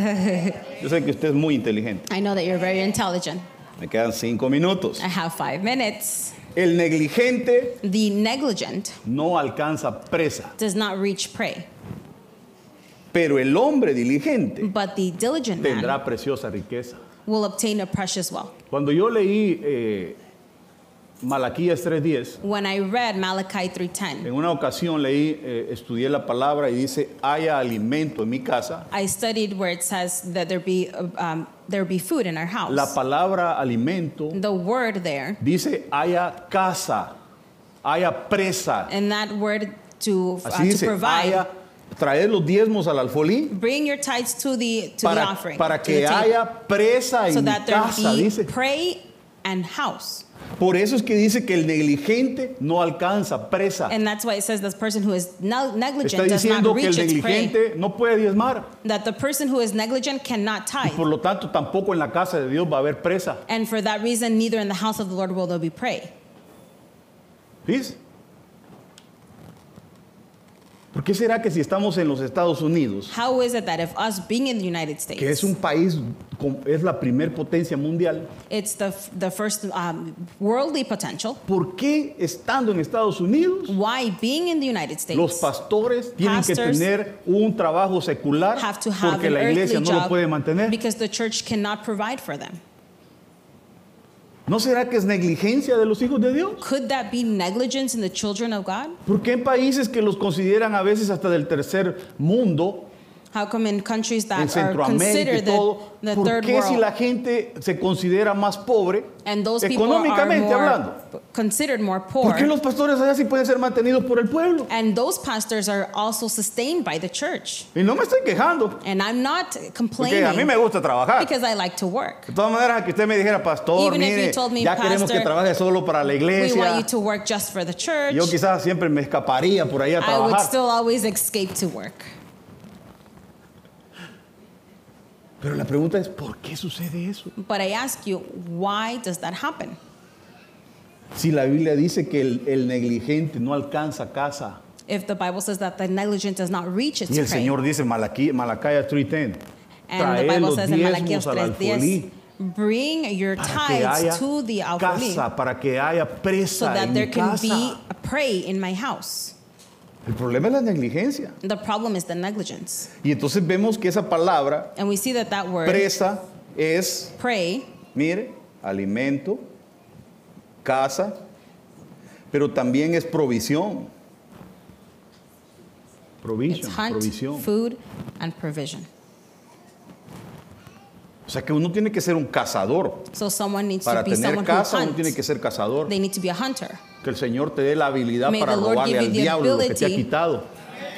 Speaker 3: sé que usted es muy inteligente.
Speaker 4: I know that you're very intelligent.
Speaker 3: Me quedan cinco minutos.
Speaker 4: I have five minutes.
Speaker 3: El negligente
Speaker 4: The negligent
Speaker 3: no alcanza presa,
Speaker 4: does not reach prey,
Speaker 3: pero el hombre diligente
Speaker 4: but the diligent man
Speaker 3: tendrá preciosa riqueza.
Speaker 4: will obtain a precious wealth.
Speaker 3: Cuando yo leí eh, Malaquías 3.10,
Speaker 4: When I read Malachi 3:10,
Speaker 3: en una ocasión leí, eh, estudié la palabra y dice, haya alimento en mi casa.
Speaker 4: I studied where it says that there be um, there be food in our
Speaker 3: La
Speaker 4: house.
Speaker 3: palabra alimento
Speaker 4: The word there,
Speaker 3: dice, haya casa, haya presa.
Speaker 4: and that word to uh, to
Speaker 3: Así dice,
Speaker 4: provide.
Speaker 3: haya, traer los diezmos al alfolí
Speaker 4: Bring your tithes to the to the
Speaker 3: para,
Speaker 4: offering.
Speaker 3: para
Speaker 4: to the
Speaker 3: que
Speaker 4: table,
Speaker 3: haya presa en
Speaker 4: so
Speaker 3: mi
Speaker 4: that there
Speaker 3: casa,
Speaker 4: be
Speaker 3: dice.
Speaker 4: prey and house.
Speaker 3: Por eso es que dice que el negligente no alcanza presa.
Speaker 4: And that's why it says the person who is neg-
Speaker 3: Ah. Está
Speaker 4: negligent does
Speaker 3: diciendo
Speaker 4: not
Speaker 3: que el
Speaker 4: reach its prey.
Speaker 3: negligente no puede diezmar.
Speaker 4: That the person who is negligent cannot
Speaker 3: Y
Speaker 4: tithe.
Speaker 3: por lo tanto tampoco en la casa de Dios va a haber presa.
Speaker 4: And for that reason, neither in the house of the Lord will there be prey.
Speaker 3: ¿Ves? ¿Por qué será que si estamos en los Estados Unidos,
Speaker 4: How is it that if us being in the United States,
Speaker 3: que es un país, con- es la primer potencia mundial,
Speaker 4: it's the, f- the first um, worldly potential,
Speaker 3: ¿por qué estando en Estados Unidos
Speaker 4: why being in the United States,
Speaker 3: Los pastores tienen que
Speaker 4: Pastors
Speaker 3: tener un trabajo secular
Speaker 4: have to have
Speaker 3: porque
Speaker 4: an
Speaker 3: la iglesia
Speaker 4: earthly
Speaker 3: no
Speaker 4: job
Speaker 3: lo puede mantener.
Speaker 4: because the church cannot provide for them?
Speaker 3: ¿No será que es negligencia de los hijos de Dios?
Speaker 4: Could that be negligence in the children of God?
Speaker 3: ¿Por qué en países que los consideran a veces hasta del tercer mundo,
Speaker 4: How come in countries
Speaker 3: en
Speaker 4: that are
Speaker 3: Centroamérica y
Speaker 4: considered the,
Speaker 3: todo,
Speaker 4: the
Speaker 3: por
Speaker 4: third
Speaker 3: qué
Speaker 4: world
Speaker 3: si la gente se considera más pobre
Speaker 4: and those people are
Speaker 3: económicamente
Speaker 4: more,
Speaker 3: hablando?
Speaker 4: considered more poor?
Speaker 3: ¿Por qué los pastores allá sí pueden ser mantenidos por el pueblo?
Speaker 4: And those pastors are also sustained by the church.
Speaker 3: Y no me estoy quejando,
Speaker 4: And I'm not complaining
Speaker 3: porque a mí me gusta trabajar.
Speaker 4: because I like to work.
Speaker 3: De todas maneras, que usted me dijera, pastor,
Speaker 4: Even if you
Speaker 3: mire,
Speaker 4: told me,
Speaker 3: ya queremos que
Speaker 4: "Pastor,
Speaker 3: trabaje solo para la
Speaker 4: We want
Speaker 3: iglesia.
Speaker 4: you to work just for the church.
Speaker 3: Yo quizás siempre me escaparía por ahí a
Speaker 4: I would
Speaker 3: trabajar.
Speaker 4: still always escape to work.
Speaker 3: Pero la pregunta es, ¿por qué sucede eso?
Speaker 4: But I ask you, why does that happen?
Speaker 3: Si la Biblia dice que el, el negligente no alcanza casa.
Speaker 4: If the Bible says that the negligent does not reach its
Speaker 3: Y el
Speaker 4: prey,
Speaker 3: Señor dice, Malaquí, Malaquia 3.10,
Speaker 4: and the
Speaker 3: trae
Speaker 4: Bible
Speaker 3: los
Speaker 4: says in Malachi
Speaker 3: diezmos
Speaker 4: 3:10,
Speaker 3: al alfolí
Speaker 4: bring your
Speaker 3: para que
Speaker 4: tithes
Speaker 3: haya
Speaker 4: to the alfolí,
Speaker 3: casa, para que haya
Speaker 4: so
Speaker 3: presa
Speaker 4: that
Speaker 3: en
Speaker 4: there
Speaker 3: mi
Speaker 4: can
Speaker 3: casa.
Speaker 4: be a prey in my house.
Speaker 3: El problema es la negligencia.
Speaker 4: The problem is the negligence,
Speaker 3: Y entonces vemos que esa palabra,
Speaker 4: and we see that that word
Speaker 3: presa, es,
Speaker 4: prey
Speaker 3: mire, alimento, casa, pero también es provisión.
Speaker 4: is
Speaker 3: Provision,
Speaker 4: hunt,
Speaker 3: provisión.
Speaker 4: food, and provision.
Speaker 3: O sea que uno tiene que ser un cazador.
Speaker 4: So someone needs
Speaker 3: Para
Speaker 4: to be
Speaker 3: tener
Speaker 4: someone
Speaker 3: casa
Speaker 4: who
Speaker 3: uno tiene
Speaker 4: hunts.
Speaker 3: que ser cazador.
Speaker 4: They need to be a hunter
Speaker 3: Que el Señor te dé la habilidad
Speaker 4: May
Speaker 3: para
Speaker 4: the Lord
Speaker 3: robarle
Speaker 4: give you
Speaker 3: al
Speaker 4: the
Speaker 3: diablo lo que te ha
Speaker 4: ability
Speaker 3: quitado.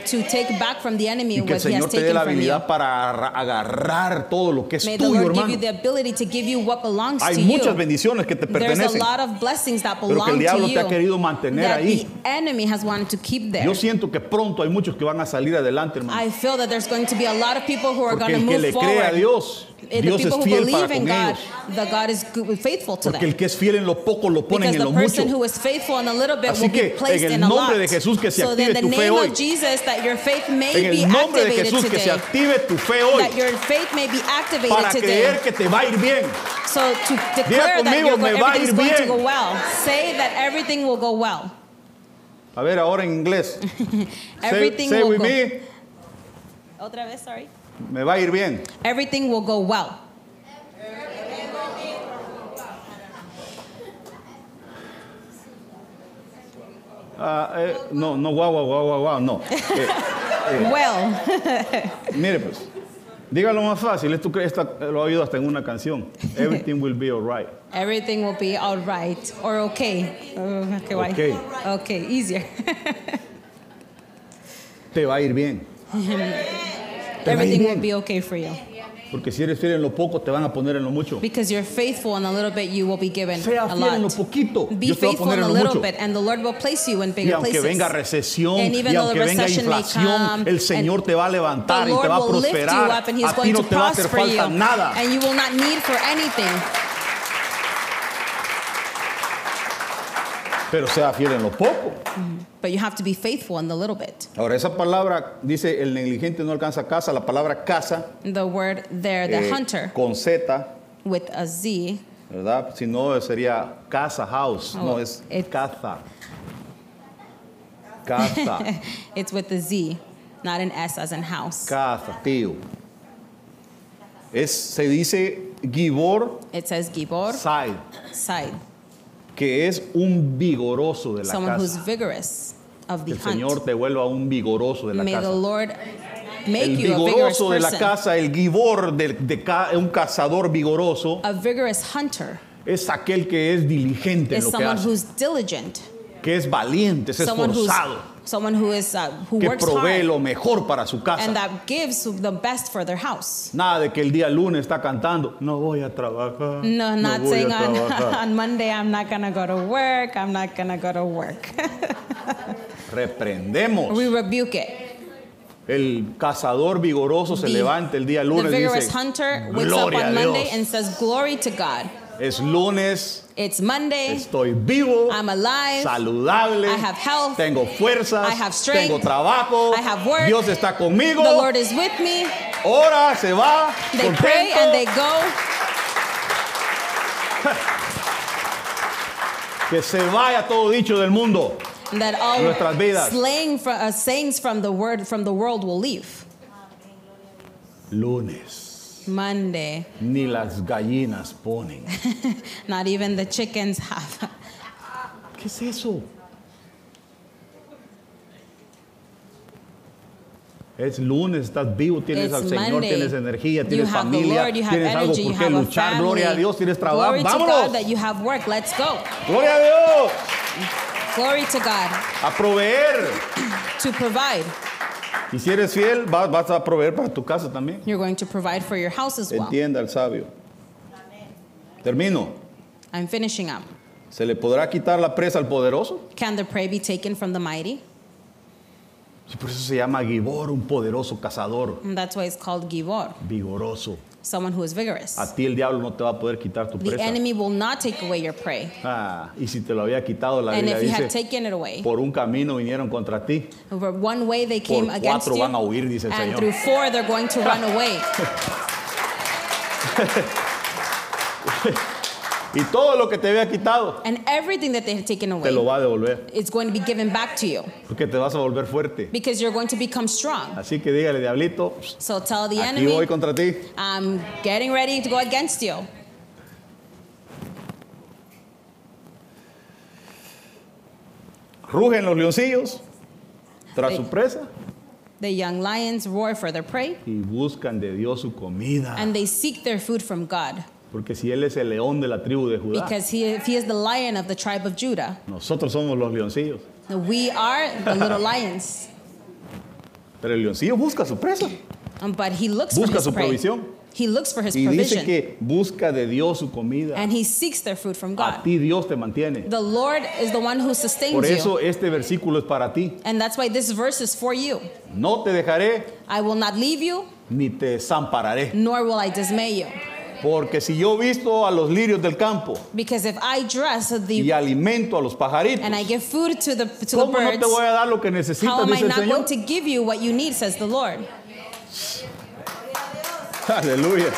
Speaker 4: to take back from the enemy
Speaker 3: Y que el
Speaker 4: what he has
Speaker 3: Señor te dé
Speaker 4: taken
Speaker 3: la
Speaker 4: from you.
Speaker 3: habilidad para arra- agarrar todo lo que es
Speaker 4: May the
Speaker 3: tuyo,
Speaker 4: Lord give you
Speaker 3: hermano.
Speaker 4: the ability to give you what belongs to
Speaker 3: Hay
Speaker 4: you.
Speaker 3: muchas bendiciones que te
Speaker 4: There's a
Speaker 3: pertenecen.
Speaker 4: lot of blessings that
Speaker 3: Pero que el
Speaker 4: belong to
Speaker 3: diablo te
Speaker 4: you
Speaker 3: ha querido mantener
Speaker 4: that
Speaker 3: ahí.
Speaker 4: the enemy has wanted to keep there.
Speaker 3: Yo siento que pronto hay muchos que van a salir adelante, hermano.
Speaker 4: I feel that there's going to be a lot of people who are
Speaker 3: Porque
Speaker 4: going to
Speaker 3: el que
Speaker 4: move
Speaker 3: le cree a
Speaker 4: forward.
Speaker 3: Dios,
Speaker 4: Eh, the
Speaker 3: Dios es
Speaker 4: people who
Speaker 3: fiel
Speaker 4: believe
Speaker 3: para con
Speaker 4: in God,
Speaker 3: ellos.
Speaker 4: the God is good, faithful to
Speaker 3: Porque
Speaker 4: them.
Speaker 3: el que es fiel en lo poco lo ponen
Speaker 4: Because
Speaker 3: en
Speaker 4: the
Speaker 3: lo mucho.
Speaker 4: person who is faithful in a little bit
Speaker 3: Así
Speaker 4: will
Speaker 3: que,
Speaker 4: be
Speaker 3: en
Speaker 4: placed
Speaker 3: el
Speaker 4: in a lot.
Speaker 3: nombre de Jesús que se
Speaker 4: so then the
Speaker 3: active tu fe
Speaker 4: name
Speaker 3: hoy.
Speaker 4: of Jesus that your faith may
Speaker 3: En
Speaker 4: be
Speaker 3: el nombre de
Speaker 4: activated
Speaker 3: Jesús que se
Speaker 4: today.
Speaker 3: active tu fe hoy
Speaker 4: That your faith may be activated
Speaker 3: para
Speaker 4: today.
Speaker 3: creer que te va a ir bien.
Speaker 4: So to declare that
Speaker 3: conmigo,
Speaker 4: you're
Speaker 3: "Me
Speaker 4: going,
Speaker 3: va a
Speaker 4: everything's
Speaker 3: ir
Speaker 4: going to
Speaker 3: bien."
Speaker 4: go well. Say that everything will go well.
Speaker 3: A ver, ahora en inglés.
Speaker 4: Everything
Speaker 3: say say
Speaker 4: will
Speaker 3: with
Speaker 4: go.
Speaker 3: me,
Speaker 4: Otra vez, sorry.
Speaker 3: me va a ir bien.
Speaker 4: Everything will go well.
Speaker 3: Ah, eh, no, no, guau, guau, guau, guau, guau, no. Eh,
Speaker 4: Well.
Speaker 3: mire, pues, dígalo más fácil. Esto cre- esta- lo ha oído hasta en una canción. Everything will be alright.
Speaker 4: Everything will be all right or okay. Uh, okay, why?
Speaker 3: Okay.
Speaker 4: Okay, easier.
Speaker 3: te va a ir bien. Te va a ir
Speaker 4: Everything will
Speaker 3: bien.
Speaker 4: be okay for you.
Speaker 3: Porque si eres fiel en lo poco, te van a poner en lo mucho.
Speaker 4: Because you're faithful and a little bit, you will be given
Speaker 3: Sea
Speaker 4: a
Speaker 3: fiel en lo
Speaker 4: lot.
Speaker 3: poquito.
Speaker 4: Be
Speaker 3: Dios te va a
Speaker 4: faithful
Speaker 3: poner
Speaker 4: in
Speaker 3: en
Speaker 4: a
Speaker 3: lo
Speaker 4: little
Speaker 3: mucho.
Speaker 4: bit, and the Lord will place you in
Speaker 3: Y
Speaker 4: bigger
Speaker 3: aunque
Speaker 4: places.
Speaker 3: venga recesión,
Speaker 4: And even
Speaker 3: y
Speaker 4: though the
Speaker 3: aunque venga
Speaker 4: recession may
Speaker 3: inflación,
Speaker 4: come,
Speaker 3: el Señor
Speaker 4: and
Speaker 3: te va a
Speaker 4: The
Speaker 3: levantar y te
Speaker 4: Lord
Speaker 3: va a
Speaker 4: will lift you
Speaker 3: prosperar.
Speaker 4: up, and He's
Speaker 3: A ti
Speaker 4: going
Speaker 3: no
Speaker 4: to
Speaker 3: te va a hacer
Speaker 4: prosper you,
Speaker 3: falta nada.
Speaker 4: and you will not need for anything.
Speaker 3: Pero sea fiel en lo poco.
Speaker 4: But you have to be faithful in the little bit.
Speaker 3: Ahora, esa palabra dice el negligente no alcanza casa. La palabra casa
Speaker 4: The word there, the
Speaker 3: eh,
Speaker 4: hunter
Speaker 3: con Z,
Speaker 4: with a Z,
Speaker 3: ¿verdad? Si no, sería casa, house. No,
Speaker 4: Oh,
Speaker 3: es
Speaker 4: it-
Speaker 3: caza. Caza,
Speaker 4: it's with a Z, not an S as in house.
Speaker 3: caza, tío. Es, se dice gibor
Speaker 4: It says Gibor,
Speaker 3: side,
Speaker 4: side,
Speaker 3: que es un vigoroso de la
Speaker 4: someone who's
Speaker 3: casa.
Speaker 4: vigorous of the
Speaker 3: Que el
Speaker 4: hunt.
Speaker 3: Señor te vuelva un vigoroso de la
Speaker 4: May
Speaker 3: casa.
Speaker 4: the Lord make
Speaker 3: el
Speaker 4: you a vigorous
Speaker 3: vigoroso de la
Speaker 4: person,
Speaker 3: casa, el gibor de, de ca- un cazador vigoroso,
Speaker 4: a vigorous hunter.
Speaker 3: es aquel que es diligente en
Speaker 4: Is
Speaker 3: lo que
Speaker 4: someone
Speaker 3: hace,
Speaker 4: who's diligent,
Speaker 3: que es valiente, es
Speaker 4: someone who's
Speaker 3: esforzado,
Speaker 4: someone who is uh, who
Speaker 3: que
Speaker 4: works
Speaker 3: provee
Speaker 4: hard
Speaker 3: lo mejor para su
Speaker 4: and
Speaker 3: casa.
Speaker 4: that gives the best for their house.
Speaker 3: Nada de que el día lunes está cantando, no voy a trabajar.
Speaker 4: No, not
Speaker 3: voy
Speaker 4: saying
Speaker 3: a
Speaker 4: on,
Speaker 3: trabajar.
Speaker 4: on Monday I'm not gonna go to work. I'm not gonna go to work.
Speaker 3: Reprendemos.
Speaker 4: we rebuke it.
Speaker 3: El cazador vigoroso se
Speaker 4: The-
Speaker 3: levanta el día
Speaker 4: The
Speaker 3: lunes y
Speaker 4: vigorous
Speaker 3: dice,
Speaker 4: hunter wakes up
Speaker 3: gloria a
Speaker 4: on Monday and
Speaker 3: Dios.
Speaker 4: says, "Glory to God.
Speaker 3: Es lunes,
Speaker 4: It's Monday.
Speaker 3: estoy vivo.
Speaker 4: Eh, I'm alive.
Speaker 3: saludable,
Speaker 4: I have health.
Speaker 3: tengo fuerzas,
Speaker 4: I have strength.
Speaker 3: tengo trabajo,
Speaker 4: I have work.
Speaker 3: Dios está
Speaker 4: The
Speaker 3: conmigo,
Speaker 4: Lord is with me.
Speaker 3: ora se va,
Speaker 4: They
Speaker 3: contento.
Speaker 4: pray and they go.
Speaker 3: que se vaya todo dicho del mundo.
Speaker 4: And that all
Speaker 3: Nuestras vidas.
Speaker 4: slang fro- uh, sayings from the word from the world will leave.
Speaker 3: Lunes,
Speaker 4: Monday,
Speaker 3: ni las gallinas ponen.
Speaker 4: not even the chickens have.
Speaker 3: ¿Qué es eso? Es lunes, estás vivo, tienes
Speaker 4: It's
Speaker 3: al Señor,
Speaker 4: Monday.
Speaker 3: tienes
Speaker 4: You
Speaker 3: energía, tienes
Speaker 4: have the
Speaker 3: familia,
Speaker 4: Lord, you have
Speaker 3: tienes
Speaker 4: energy, you
Speaker 3: algo por qué
Speaker 4: have a
Speaker 3: luchar, gloria a
Speaker 4: family.
Speaker 3: Dios, tienes trabajo,
Speaker 4: Glory to God that
Speaker 3: vámonos,
Speaker 4: you have work. Let's go.
Speaker 3: gloria a Dios,
Speaker 4: Glory to God
Speaker 3: a proveer.
Speaker 4: to provide.
Speaker 3: Y si eres fiel, va- vas a proveer para tu casa también.
Speaker 4: You're going to provide for your house as well.
Speaker 3: Entienda al sabio. Termino.
Speaker 4: I'm finishing up.
Speaker 3: ¿Se le podrá quitar la presa al poderoso?
Speaker 4: Can the prey be taken from the mighty?
Speaker 3: Sí, por eso se llama Gibor, un poderoso cazador,
Speaker 4: And Mm, that's why it's called Givor,
Speaker 3: vigoroso.
Speaker 4: someone who is vigorous.
Speaker 3: A ti el diablo no te va a poder quitar tu
Speaker 4: The
Speaker 3: presa.
Speaker 4: enemy will not take away your prey.
Speaker 3: Ah, y si te lo había quitado, la
Speaker 4: And
Speaker 3: Biblia
Speaker 4: if you
Speaker 3: dice,
Speaker 4: have taken it away,
Speaker 3: por un camino vinieron contra ti,
Speaker 4: over one way they
Speaker 3: por
Speaker 4: came against
Speaker 3: cuatro
Speaker 4: you,
Speaker 3: van a huir, dice el
Speaker 4: and
Speaker 3: Señor.
Speaker 4: through four they're going to run away.
Speaker 3: Y todo lo que te había quitado,
Speaker 4: And everything that they have taken
Speaker 3: te lo
Speaker 4: away
Speaker 3: va a devolver,
Speaker 4: is going to be given back to you
Speaker 3: porque te vas a volver fuerte.
Speaker 4: because you're going to become strong.
Speaker 3: Así que dígale, diablito,
Speaker 4: So tell the
Speaker 3: aquí voy
Speaker 4: enemy,
Speaker 3: contra ti.
Speaker 4: I'm getting ready to go against you.
Speaker 3: Rugen los leoncillos tras su presa
Speaker 4: The young lions roar for their prey
Speaker 3: y buscan de Dios su comida.
Speaker 4: and they seek their food from God
Speaker 3: Porque si Él es el león de la tribu de Judá,
Speaker 4: because he, if he is the lion of the tribe of Judah.
Speaker 3: nosotros somos los leoncillos.
Speaker 4: We are the little lions,
Speaker 3: Pero el leoncillo busca su presa.
Speaker 4: Um, but he looks
Speaker 3: Busca
Speaker 4: for his
Speaker 3: su
Speaker 4: prey.
Speaker 3: provisión.
Speaker 4: He looks for his
Speaker 3: Y dice
Speaker 4: provision
Speaker 3: que busca de Dios su comida.
Speaker 4: and he seeks their food from
Speaker 3: A
Speaker 4: God.
Speaker 3: ti Dios te mantiene.
Speaker 4: The Lord is the one who
Speaker 3: Por
Speaker 4: sustains you.
Speaker 3: eso este versículo es para ti.
Speaker 4: And that's why this verse is for you.
Speaker 3: No te dejaré
Speaker 4: I will not leave you,
Speaker 3: ni te desampararé.
Speaker 4: nor will I dismay you.
Speaker 3: Porque si yo visto a los lirios del campo
Speaker 4: Because if I dress
Speaker 3: y
Speaker 4: the
Speaker 3: alimento a los pajaritos,
Speaker 4: and I give food to the to the
Speaker 3: ¿cómo no
Speaker 4: birds,
Speaker 3: te voy a dar lo que
Speaker 4: how
Speaker 3: necesitas?
Speaker 4: am I
Speaker 3: Dice el
Speaker 4: not
Speaker 3: Señor.
Speaker 4: going to give you what you need, says the Lord.
Speaker 3: Aleluya.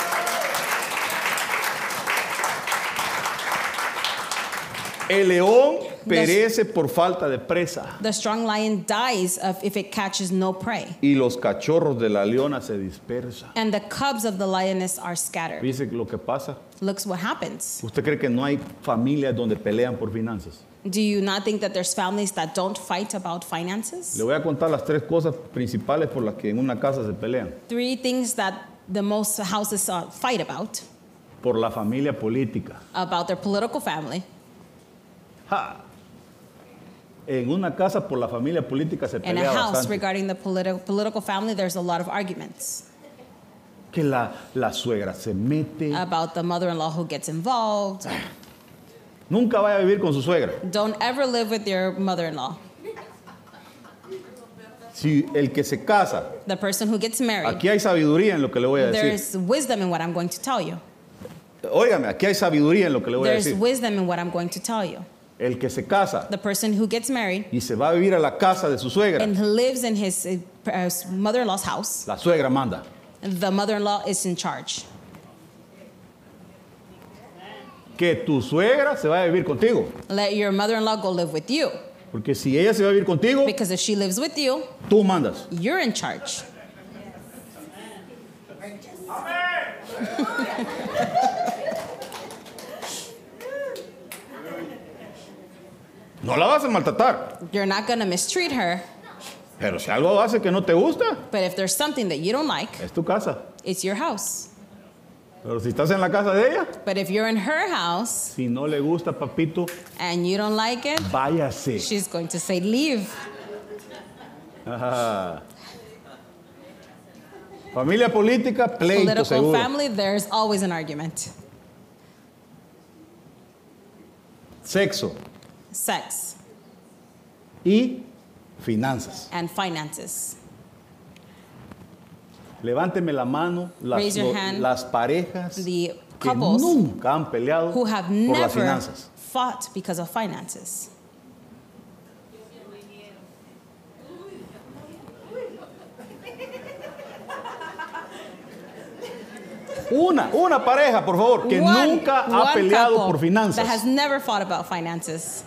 Speaker 3: El león perece por falta de presa
Speaker 4: The strong lion dies of if it catches no prey.
Speaker 3: y los cachorros de la leona se dispersan.
Speaker 4: And the cubs of the lioness are scattered.
Speaker 3: Dice lo que pasa.
Speaker 4: Looks what happens.
Speaker 3: ¿Usted cree que no hay familias donde pelean por finanzas?
Speaker 4: Do you not think that there's families that don't fight about
Speaker 3: Le
Speaker 4: finances?
Speaker 3: voy a contar las tres cosas principales por las que en una casa se pelean.
Speaker 4: Three things that the most houses uh, fight about
Speaker 3: Por la familia política.
Speaker 4: about their political family,
Speaker 3: ¡Ja! En una casa por la familia política se
Speaker 4: In a
Speaker 3: pelea
Speaker 4: house
Speaker 3: bastante.
Speaker 4: regarding the politi- political family, there's a lot of arguments
Speaker 3: Que la, la suegra se mete.
Speaker 4: about the mother in law who gets involved.
Speaker 3: Nunca vaya a vivir con su suegra.
Speaker 4: Don't ever live with your mother in law.
Speaker 3: Si el que se casa,
Speaker 4: The person who gets married,
Speaker 3: aquí hay sabiduría en lo que le voy a decir.
Speaker 4: there's wisdom in what I'm going to tell you.
Speaker 3: Óigame, aquí hay sabiduría en lo que le voy a
Speaker 4: There's
Speaker 3: decir.
Speaker 4: wisdom in what I'm going to tell you.
Speaker 3: El que se casa
Speaker 4: The person who gets married
Speaker 3: y se va a vivir a la casa de su suegra,
Speaker 4: and who lives in his uh, mother in law's house,
Speaker 3: la suegra manda.
Speaker 4: the mother in law is in charge.
Speaker 3: Que tu suegra se vaya a vivir contigo.
Speaker 4: Let your mother in law go live with you.
Speaker 3: Porque si ella se va a vivir contigo,
Speaker 4: Because if she lives with you,
Speaker 3: tú mandas.
Speaker 4: you're in charge.
Speaker 3: No la vas a maltratar.
Speaker 4: You're not going to mistreat her,
Speaker 3: Pero si algo hace que no te gusta,
Speaker 4: but if there's something that you don't like,
Speaker 3: es tu casa.
Speaker 4: it's your house.
Speaker 3: Pero si estás en la casa de ella,
Speaker 4: But if you're in her house
Speaker 3: si no le gusta, papito,
Speaker 4: and you don't like it,
Speaker 3: váyase.
Speaker 4: she's going to say, Leave.
Speaker 3: Ajá. Familia política, pleito
Speaker 4: Political
Speaker 3: seguro.
Speaker 4: family, there's always an argument.
Speaker 3: Sexo
Speaker 4: Sex
Speaker 3: y finanzas.
Speaker 4: and finances.
Speaker 3: Levánteme la mano las,
Speaker 4: Raise your
Speaker 3: lo-
Speaker 4: hand.
Speaker 3: las parejas
Speaker 4: The
Speaker 3: que
Speaker 4: couples
Speaker 3: nunca han peleado
Speaker 4: who have
Speaker 3: por las
Speaker 4: never
Speaker 3: finanzas.
Speaker 4: fought because of finances.
Speaker 3: Una, una pareja, por favor, que
Speaker 4: One-
Speaker 3: nunca ha
Speaker 4: one
Speaker 3: peleado
Speaker 4: couple
Speaker 3: por finanzas.
Speaker 4: That has never fought about finances.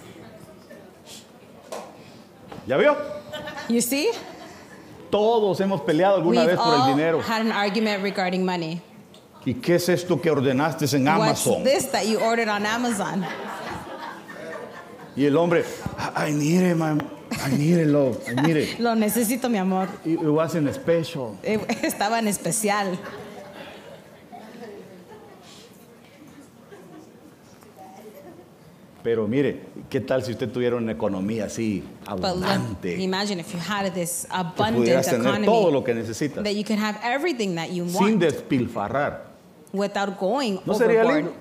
Speaker 3: ¿Ya vio?
Speaker 4: You see?
Speaker 3: Todos hemos peleado alguna
Speaker 4: We've
Speaker 3: vez por el
Speaker 4: all
Speaker 3: dinero.
Speaker 4: had an argument regarding money.
Speaker 3: ¿Y qué es esto que ordenaste en Amazon?
Speaker 4: What's this that you ordered on Amazon?
Speaker 3: Y el hombre, "Ah, I I need it, man. I need it, love. I need it.
Speaker 4: Lo necesito, mi amor.
Speaker 3: It it wasn't special.
Speaker 4: Eh, Estaba en especial.
Speaker 3: Pero mire, ¿qué tal si usted tuviera una economía así
Speaker 4: But look,
Speaker 3: abundante?
Speaker 4: imagine if you had this
Speaker 3: Que pudieras
Speaker 4: abundant
Speaker 3: tener todo
Speaker 4: economy
Speaker 3: lo que necesitas
Speaker 4: that you can have everything that you
Speaker 3: sin
Speaker 4: want
Speaker 3: despilfarrar.
Speaker 4: without going
Speaker 3: ¿No sería
Speaker 4: overboard.
Speaker 3: lindo?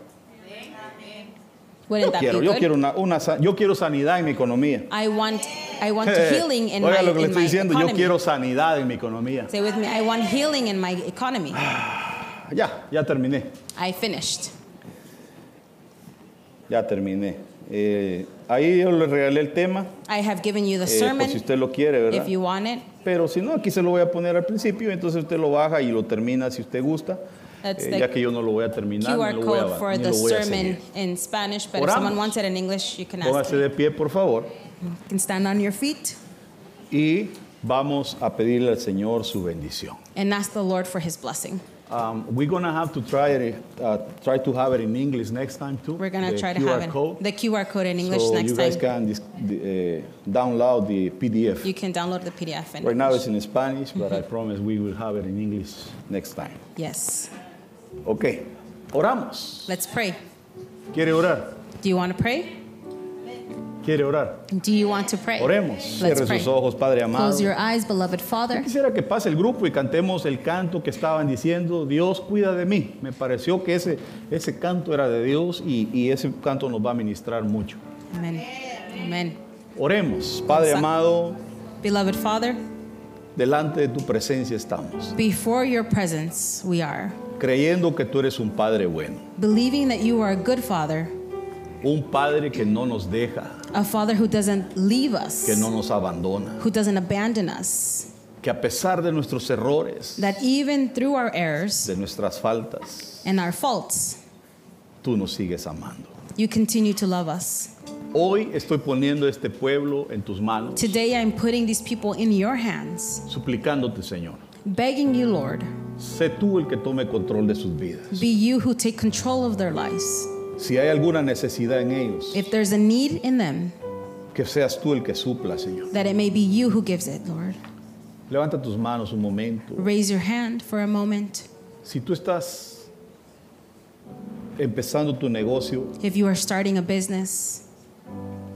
Speaker 4: Wouldn't
Speaker 3: Yo
Speaker 4: that
Speaker 3: quiero,
Speaker 4: be
Speaker 3: yo
Speaker 4: good?
Speaker 3: quiero, una, una sa- yo quiero sanidad en mi economía.
Speaker 4: I want, I want healing in
Speaker 3: Oiga
Speaker 4: my,
Speaker 3: lo que le
Speaker 4: in
Speaker 3: estoy
Speaker 4: my
Speaker 3: diciendo,
Speaker 4: economy.
Speaker 3: yo quiero sanidad en mi economía.
Speaker 4: Say with me, I want healing in my economy.
Speaker 3: Ah. Ya, ya terminé,
Speaker 4: I finished.
Speaker 3: ya terminé. Eh, ahí yo le regalé el tema,
Speaker 4: I have given you the
Speaker 3: eh, por si
Speaker 4: sermon
Speaker 3: usted lo quiere, ¿verdad?
Speaker 4: if you want it.
Speaker 3: Pero si no, aquí se lo voy a poner al principio, entonces usted lo baja y lo termina si usted gusta,
Speaker 4: That's
Speaker 3: eh,
Speaker 4: the
Speaker 3: ya que yo no lo voy a terminar, ni
Speaker 4: QR
Speaker 3: lo voy a,
Speaker 4: code for
Speaker 3: ni
Speaker 4: the
Speaker 3: lo voy a
Speaker 4: sermon
Speaker 3: seguir.
Speaker 4: in Spanish, but
Speaker 3: Oramos.
Speaker 4: if someone wants it in English, you can ask.
Speaker 3: Póngase
Speaker 4: me.
Speaker 3: de pie, por favor,
Speaker 4: You can stand on your feet
Speaker 3: y vamos a pedirle al Señor su bendición.
Speaker 4: and ask the Lord for his blessing.
Speaker 3: Um, we're gonna have to try it, uh, try to have it in English next time too.
Speaker 4: We're going
Speaker 3: the
Speaker 4: to try to
Speaker 3: QR
Speaker 4: have it.
Speaker 3: code.
Speaker 4: The QR code in English
Speaker 3: so
Speaker 4: next
Speaker 3: you guys
Speaker 4: time.
Speaker 3: can dis- the, uh, download the PDF.
Speaker 4: You can download the PDF. In
Speaker 3: right now
Speaker 4: English. Mm-hmm.
Speaker 3: it's in Spanish, but I promise we will have it in English next time.
Speaker 4: Yes.
Speaker 3: Okay, oramos.
Speaker 4: Let's pray.
Speaker 3: ¿Quiere orar?
Speaker 4: Do you want to pray?
Speaker 3: ¿Quiere orar?
Speaker 4: Do you want to pray?
Speaker 3: Oremos. Cierre
Speaker 4: Let's pray.
Speaker 3: sus ojos, Padre amado.
Speaker 4: Close your eyes, beloved Father.
Speaker 3: Quisiera que pase el grupo y cantemos el canto que estaban diciendo, Dios cuida de mí. Me pareció que ese, ese canto era de Dios y, y ese canto nos va a ministrar mucho.
Speaker 4: Amen. Amen.
Speaker 3: Oremos, Padre
Speaker 4: Exacto.
Speaker 3: amado,
Speaker 4: Beloved Father,
Speaker 3: delante de tu presencia estamos,
Speaker 4: before your presence we are,
Speaker 3: creyendo que tú eres un Padre bueno,
Speaker 4: believing that you are a good Father,
Speaker 3: un Padre que no nos deja,
Speaker 4: a Father who doesn't leave us,
Speaker 3: que no nos abandona,
Speaker 4: who doesn't abandon us,
Speaker 3: que a pesar de nuestros errores,
Speaker 4: that even through our errors
Speaker 3: de nuestras faltas,
Speaker 4: and our faults,
Speaker 3: tú nos sigues amando.
Speaker 4: you continue to love us.
Speaker 3: Hoy estoy poniendo este pueblo en tus manos,
Speaker 4: Today I'm putting these people in your hands,
Speaker 3: suplicándote, Señor,
Speaker 4: begging you, Lord,
Speaker 3: sé tú el que tome control de sus vidas.
Speaker 4: be you who take control of their lives.
Speaker 3: Si hay alguna necesidad en ellos,
Speaker 4: If there's a need in them,
Speaker 3: que seas tú el que supla, Señor.
Speaker 4: that it may be you who gives it, Lord.
Speaker 3: Levanta tus manos un momento.
Speaker 4: Raise your hand for a moment.
Speaker 3: Si tú estás empezando tu negocio,
Speaker 4: If you are starting a business,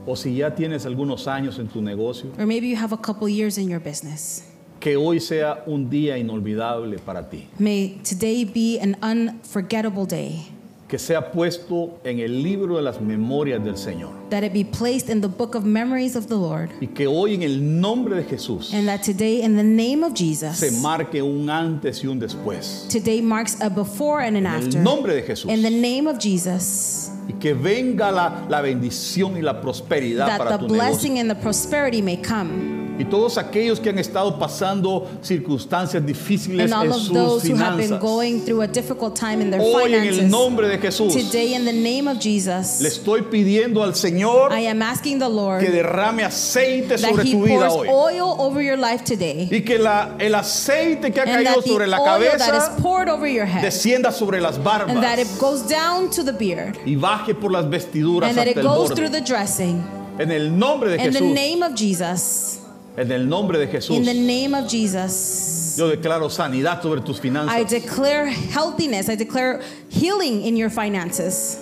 Speaker 3: o si ya tienes algunos años en tu negocio,
Speaker 4: Or maybe you have a couple years in your business.
Speaker 3: que hoy sea un día inolvidable para ti,
Speaker 4: May today be an unforgettable day,
Speaker 3: que sea puesto en el libro de las memorias del Señor
Speaker 4: that it be placed in the book of memories of the Lord,
Speaker 3: y que hoy en el nombre de Jesús
Speaker 4: and that today, in the name of
Speaker 3: se
Speaker 4: Jesus,
Speaker 3: marque un antes y un después.
Speaker 4: today marks a before and an
Speaker 3: En
Speaker 4: after.
Speaker 3: el nombre de Jesús.
Speaker 4: In the name of Jesus,
Speaker 3: Y que venga la, la bendición y la prosperidad
Speaker 4: that
Speaker 3: para
Speaker 4: the
Speaker 3: tu
Speaker 4: blessing and the prosperity may come.
Speaker 3: negocio. Y todos aquellos que han estado pasando circunstancias difíciles
Speaker 4: And all
Speaker 3: en
Speaker 4: of
Speaker 3: sus
Speaker 4: those who have been
Speaker 3: finanzas.
Speaker 4: going through a difficult time in their
Speaker 3: Hoy en el
Speaker 4: finances,
Speaker 3: nombre de Jesús
Speaker 4: today, in the name of Jesus,
Speaker 3: le estoy pidiendo al Señor
Speaker 4: I am asking the Lord
Speaker 3: que derrame aceite
Speaker 4: that
Speaker 3: sobre
Speaker 4: He
Speaker 3: tu vida
Speaker 4: pours
Speaker 3: hoy.
Speaker 4: oil over your life today,
Speaker 3: Y que la- el aceite que ha
Speaker 4: and that
Speaker 3: caído
Speaker 4: the
Speaker 3: sobre la
Speaker 4: oil that is
Speaker 3: cabeza
Speaker 4: poured over your head,
Speaker 3: descienda sobre las
Speaker 4: and that it
Speaker 3: barbas
Speaker 4: goes down to the beard,
Speaker 3: y baje por las vestiduras
Speaker 4: and that
Speaker 3: hasta
Speaker 4: it
Speaker 3: el
Speaker 4: goes through the
Speaker 3: borde.
Speaker 4: dressing.
Speaker 3: En el nombre de
Speaker 4: In the
Speaker 3: Jesús.
Speaker 4: name of Jesus,
Speaker 3: En el nombre de Jesús.
Speaker 4: in the name of Jesus,
Speaker 3: Yo declaro sanidad sobre tus
Speaker 4: I
Speaker 3: finanzas
Speaker 4: declare healthiness. I declare healing in your finances.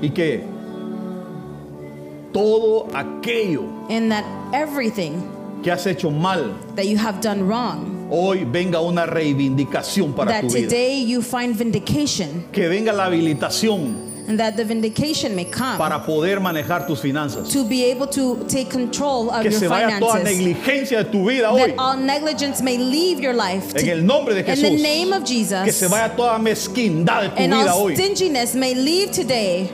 Speaker 3: y que todo aquello
Speaker 4: and that everything
Speaker 3: que has hecho mal
Speaker 4: that you have done wrong,
Speaker 3: hoy venga una reivindicación para
Speaker 4: that
Speaker 3: tu vida.
Speaker 4: today you find vindication,
Speaker 3: Que venga la habilitación
Speaker 4: and that the vindication may come
Speaker 3: para poder manejar tus finanzas.
Speaker 4: to be able to take control of
Speaker 3: Que
Speaker 4: your
Speaker 3: se vaya toda
Speaker 4: finances.
Speaker 3: negligencia de tu vida hoy
Speaker 4: That all negligence may leave your life.
Speaker 3: en el nombre de
Speaker 4: in the
Speaker 3: Jesús.
Speaker 4: name of
Speaker 3: Que se
Speaker 4: Jesus.
Speaker 3: vaya toda mezquindad de tu
Speaker 4: And
Speaker 3: vida
Speaker 4: all
Speaker 3: hoy
Speaker 4: stinginess may leave today.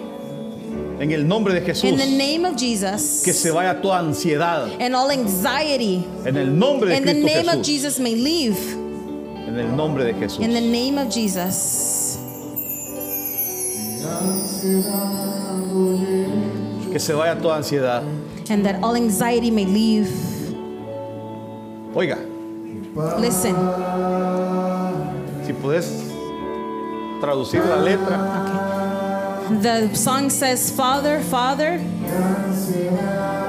Speaker 3: en el nombre de Jesús.
Speaker 4: In the name of
Speaker 3: Que
Speaker 4: Jesus.
Speaker 3: se vaya toda ansiedad
Speaker 4: And all anxiety.
Speaker 3: en el nombre de
Speaker 4: In the
Speaker 3: Cristo
Speaker 4: name of
Speaker 3: Jesús.
Speaker 4: Jesus may leave.
Speaker 3: En el nombre de Jesús.
Speaker 4: In the name of Jesus.
Speaker 3: Que se vaya toda ansiedad.
Speaker 4: And that all anxiety may leave.
Speaker 3: Oiga,
Speaker 4: Listen.
Speaker 3: si puedes traducir la letra.
Speaker 4: Okay. The song says, Father, Father,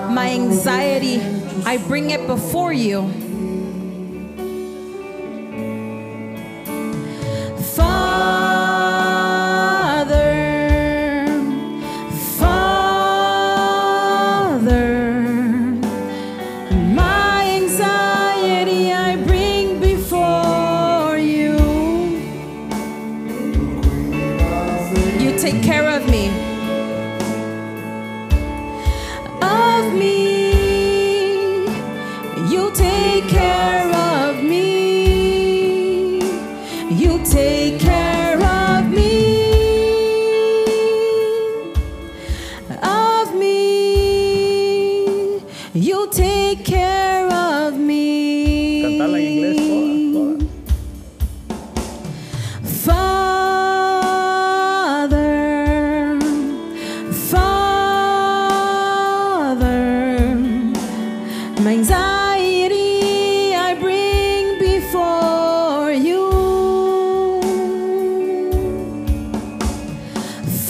Speaker 4: my anxiety, I bring it before you. Father, Father, my anxiety I bring before you. You take care of me. Of me. You take care of me. You take care of me. Of me. You take care of me.
Speaker 3: Cantarla en inglés toda, toda.
Speaker 4: Father, Father, my anxiety I bring before you.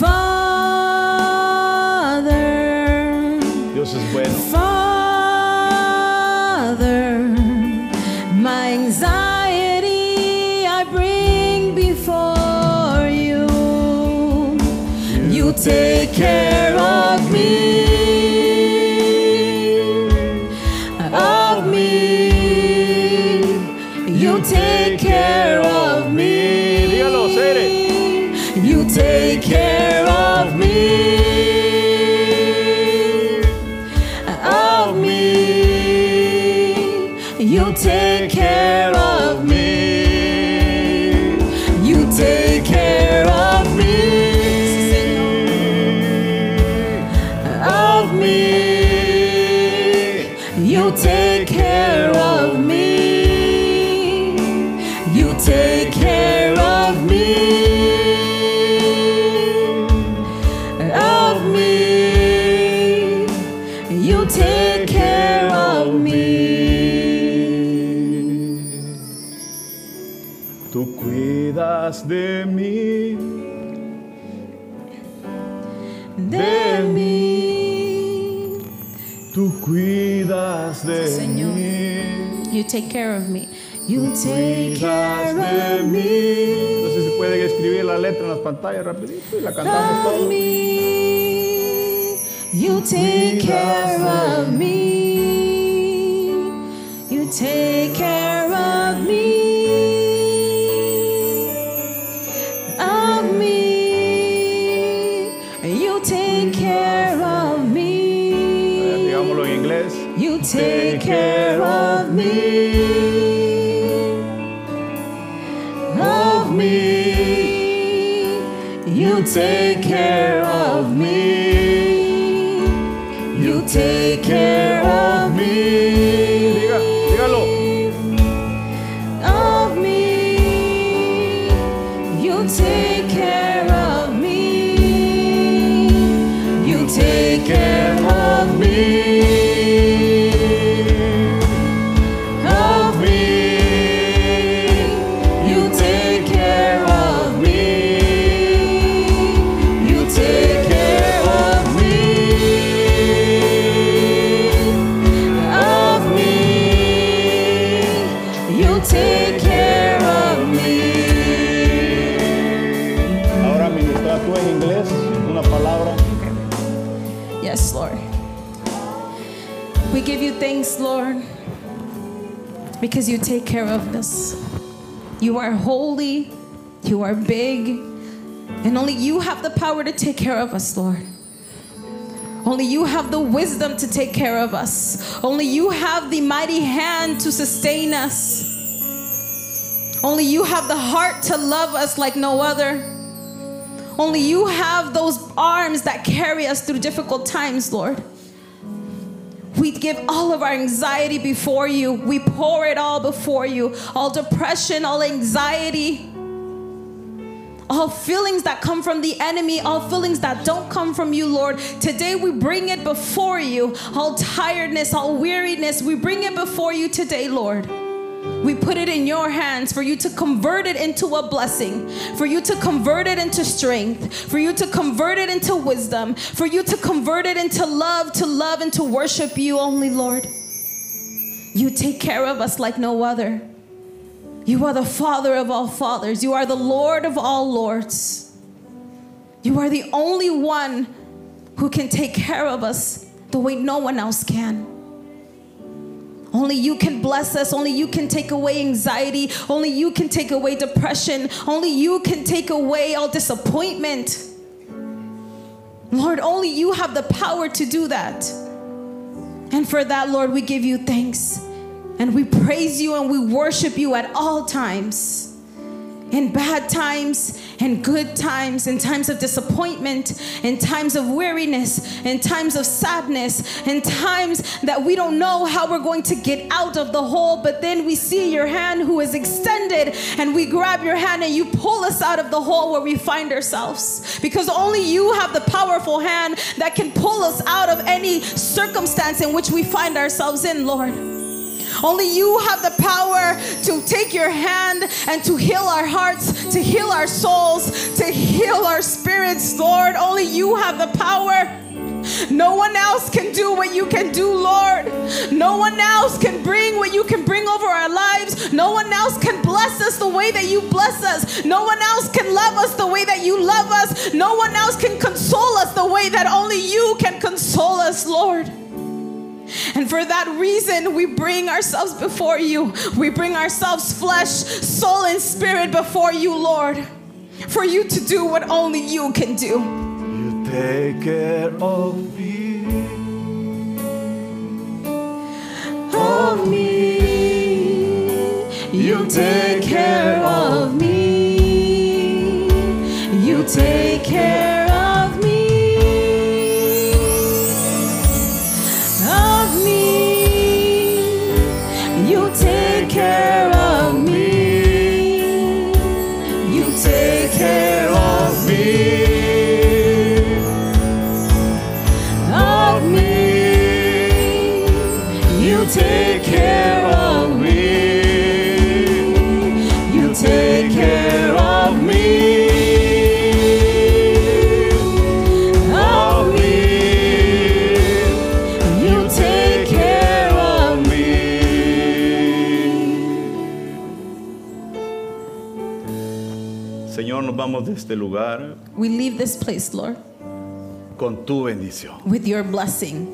Speaker 4: Father,
Speaker 3: Dios es bueno.
Speaker 4: Father, my anxiety I bring before you. You take care of me, of me. You take care of me.
Speaker 3: Dígalo, Cere.
Speaker 4: You take care of me, of me. You take care of me. You take care of me, of me. You take care of me. You take care of me. Of me. You take care of me.
Speaker 3: Tú cuidas de mí,
Speaker 4: De me.
Speaker 3: tú cuidas de
Speaker 4: Señor.
Speaker 3: mí,
Speaker 4: You take care of me. You take
Speaker 3: cuidas
Speaker 4: care
Speaker 3: de
Speaker 4: of
Speaker 3: mí. No sé
Speaker 4: me.
Speaker 3: si pueden escribir la letra en las pantallas rapidito y la cantamos
Speaker 4: Of
Speaker 3: todos.
Speaker 4: me. You take care of me. You take care of me. Of me. You take care of
Speaker 3: A ver,
Speaker 4: me.
Speaker 3: digámoslo en inglés.
Speaker 4: You take care of me. Of me. You take care of me. You take care of me.
Speaker 3: Diga, dígalo.
Speaker 4: Of me. You take care of me. You take care of me. Of me. You take care of me. You take care of me of me. You take care of me.
Speaker 3: Ahora ministra tú en inglés una palabra.
Speaker 4: Yes, Lord. We give you thanks, Lord, because you take care of us. You are holy, you are big, and only you have the power to take care of us, Lord. Only you have the wisdom to take care of us. Only you have the mighty hand to sustain us. Only you have the heart to love us like no other. Only you have those arms that carry us through difficult times, Lord. We give all of our anxiety before you. We pour it all before you. All depression, all anxiety, all feelings that come from the enemy, all feelings that don't come from you, Lord. Today we bring it before you. All tiredness, all weariness, we bring it before you today, Lord. We put it in your hands for you to convert it into a blessing, for you to convert it into strength, for you to convert it into wisdom, for you to convert it into love, to love and to worship you only, Lord. You take care of us like no other. You are the Father of all fathers, you are the Lord of all lords. You are the only one who can take care of us the way no one else can. Only you can bless us. Only you can take away anxiety. Only you can take away depression. Only you can take away all disappointment. Lord, only you have the power to do that. And for that, Lord, we give you thanks. And we praise you and we worship you at all times in bad times and good times in times of disappointment in times of weariness in times of sadness in times that we don't know how we're going to get out of the hole but then we see your hand who is extended and we grab your hand and you pull us out of the hole where we find ourselves because only you have the powerful hand that can pull us out of any circumstance in which we find ourselves in lord only you have the power to take your hand and to heal our hearts, to heal our souls, to heal our spirits, Lord. Only you have the power. No one else can do what you can do, Lord. No one else can bring what you can bring over our lives. No one else can bless us the way that you bless us. No one else can love us the way that you love us. No one else can console us the way that only you can console us, Lord. And for that reason, we bring ourselves before you. We bring ourselves, flesh, soul, and spirit before you, Lord, for you to do what only you can do.
Speaker 3: You take care of me.
Speaker 4: Of me, you take care of me. You take care of me. of me. You take care of me. You take care of me. Of me. You take care of me. You take care of me. Of me. You take care of me.
Speaker 3: Señor, nos vamos de este lugar
Speaker 4: We leave this place, Lord,
Speaker 3: con tu bendición,
Speaker 4: with your blessing,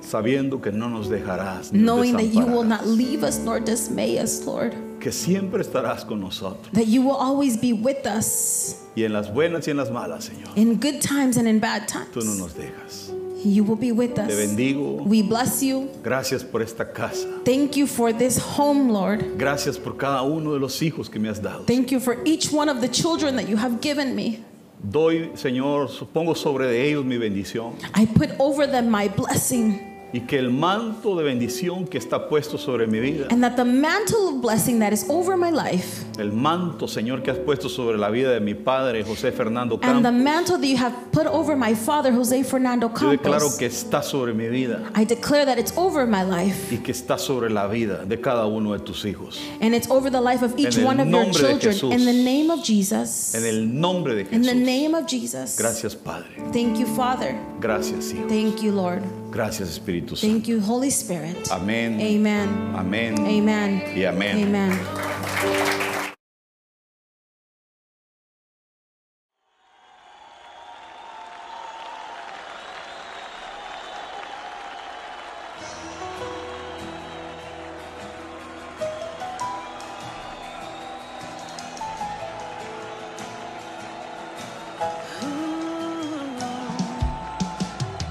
Speaker 3: sabiendo que no nos dejarás, ni nos
Speaker 4: knowing that you will not
Speaker 3: desampararás,
Speaker 4: leave us nor dismay us, Lord,
Speaker 3: que siempre estarás con nosotros,
Speaker 4: that you will always be with us
Speaker 3: y en las buenas y en las malas, Señor,
Speaker 4: in good times and in bad
Speaker 3: tú no
Speaker 4: times.
Speaker 3: nos dejas.
Speaker 4: You will be with
Speaker 3: Te
Speaker 4: us.
Speaker 3: bendigo,
Speaker 4: We bless you.
Speaker 3: gracias por esta casa,
Speaker 4: Thank you for this home, Lord.
Speaker 3: gracias por cada uno de los hijos que me has dado.
Speaker 4: Thank you for each one of the children that you have given me.
Speaker 3: Doy, Señor, pongo sobre de ellos mi bendición
Speaker 4: I put over them my blessing,
Speaker 3: y que el manto de bendición que está puesto sobre mi vida,
Speaker 4: and that the mantle of blessing that is over my life,
Speaker 3: el manto, Señor, que has puesto sobre la vida de mi padre José Fernando
Speaker 4: and the
Speaker 3: Campos,
Speaker 4: mantle that you have put over my father, Jose Fernando
Speaker 3: yo declaro
Speaker 4: Campos,
Speaker 3: que está sobre mi vida
Speaker 4: I declare that it's over my life,
Speaker 3: y que está sobre la vida de cada uno de tus hijos.
Speaker 4: and it's over the life of each
Speaker 3: En el
Speaker 4: one of your
Speaker 3: nombre de
Speaker 4: children.
Speaker 3: Jesús.
Speaker 4: In the name of Jesus.
Speaker 3: En el nombre de
Speaker 4: In the
Speaker 3: Jesús.
Speaker 4: name of Jesus.
Speaker 3: Gracias, Padre.
Speaker 4: Thank you, Father.
Speaker 3: Gracias, Hijo.
Speaker 4: Thank you, Lord.
Speaker 3: Gracias, Espíritu Santo.
Speaker 4: Thank you, Holy Spirit.
Speaker 3: Amén.
Speaker 4: Amen.
Speaker 3: Amén.
Speaker 4: Amen.
Speaker 3: Y amén.
Speaker 4: Amen.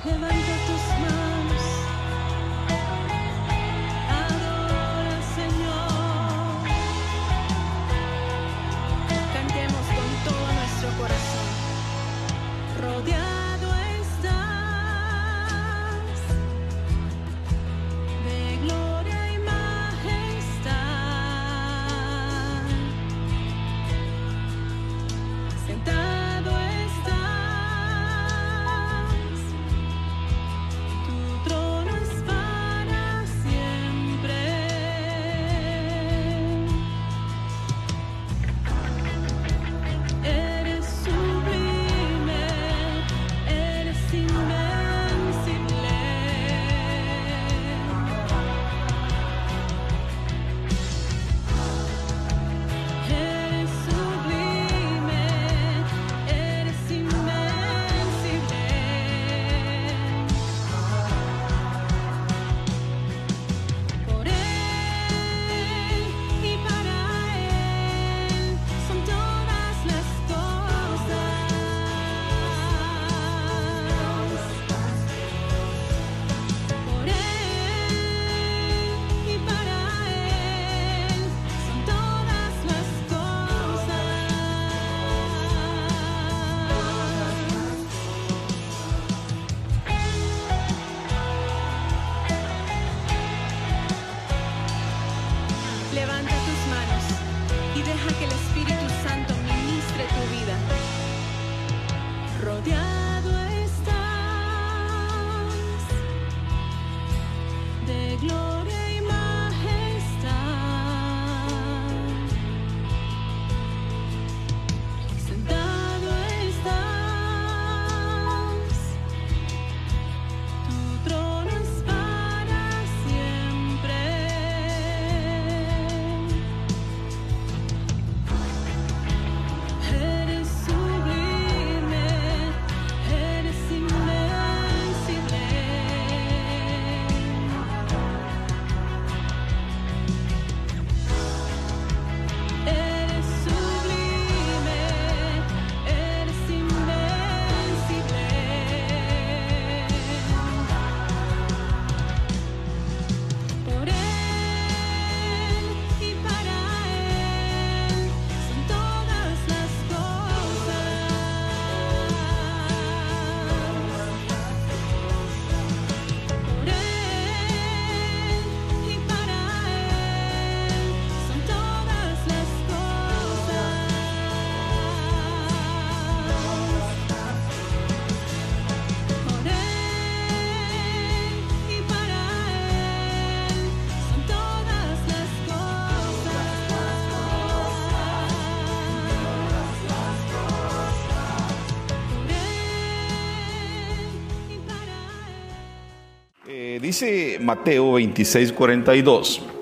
Speaker 6: Levanta tus manos, adora al Señor. Cantemos con todo nuestro corazón. Rodeado estás de gloria y majestad. Sentado estás, tu trono es para siempre. Eres sublime, eres invencible. Eres sublime, eres invencible. Por él y para él son todas las cosas. Por él y para él son todas las cosas. Levanta tus manos y deja que el Espíritu Santo ministre tu vida. Rodeado estás de gloria y majestad. Sentado estás, tu trono es para siempre. Eres sublime, eres invencible. Eres sublime, eres invencible. Por él y para él son todas las cosas. Por él y para él son todas las cosas. Por él y para él son todas las cosas. Por él y para él.
Speaker 3: Eh, dice Mateo 26, 42.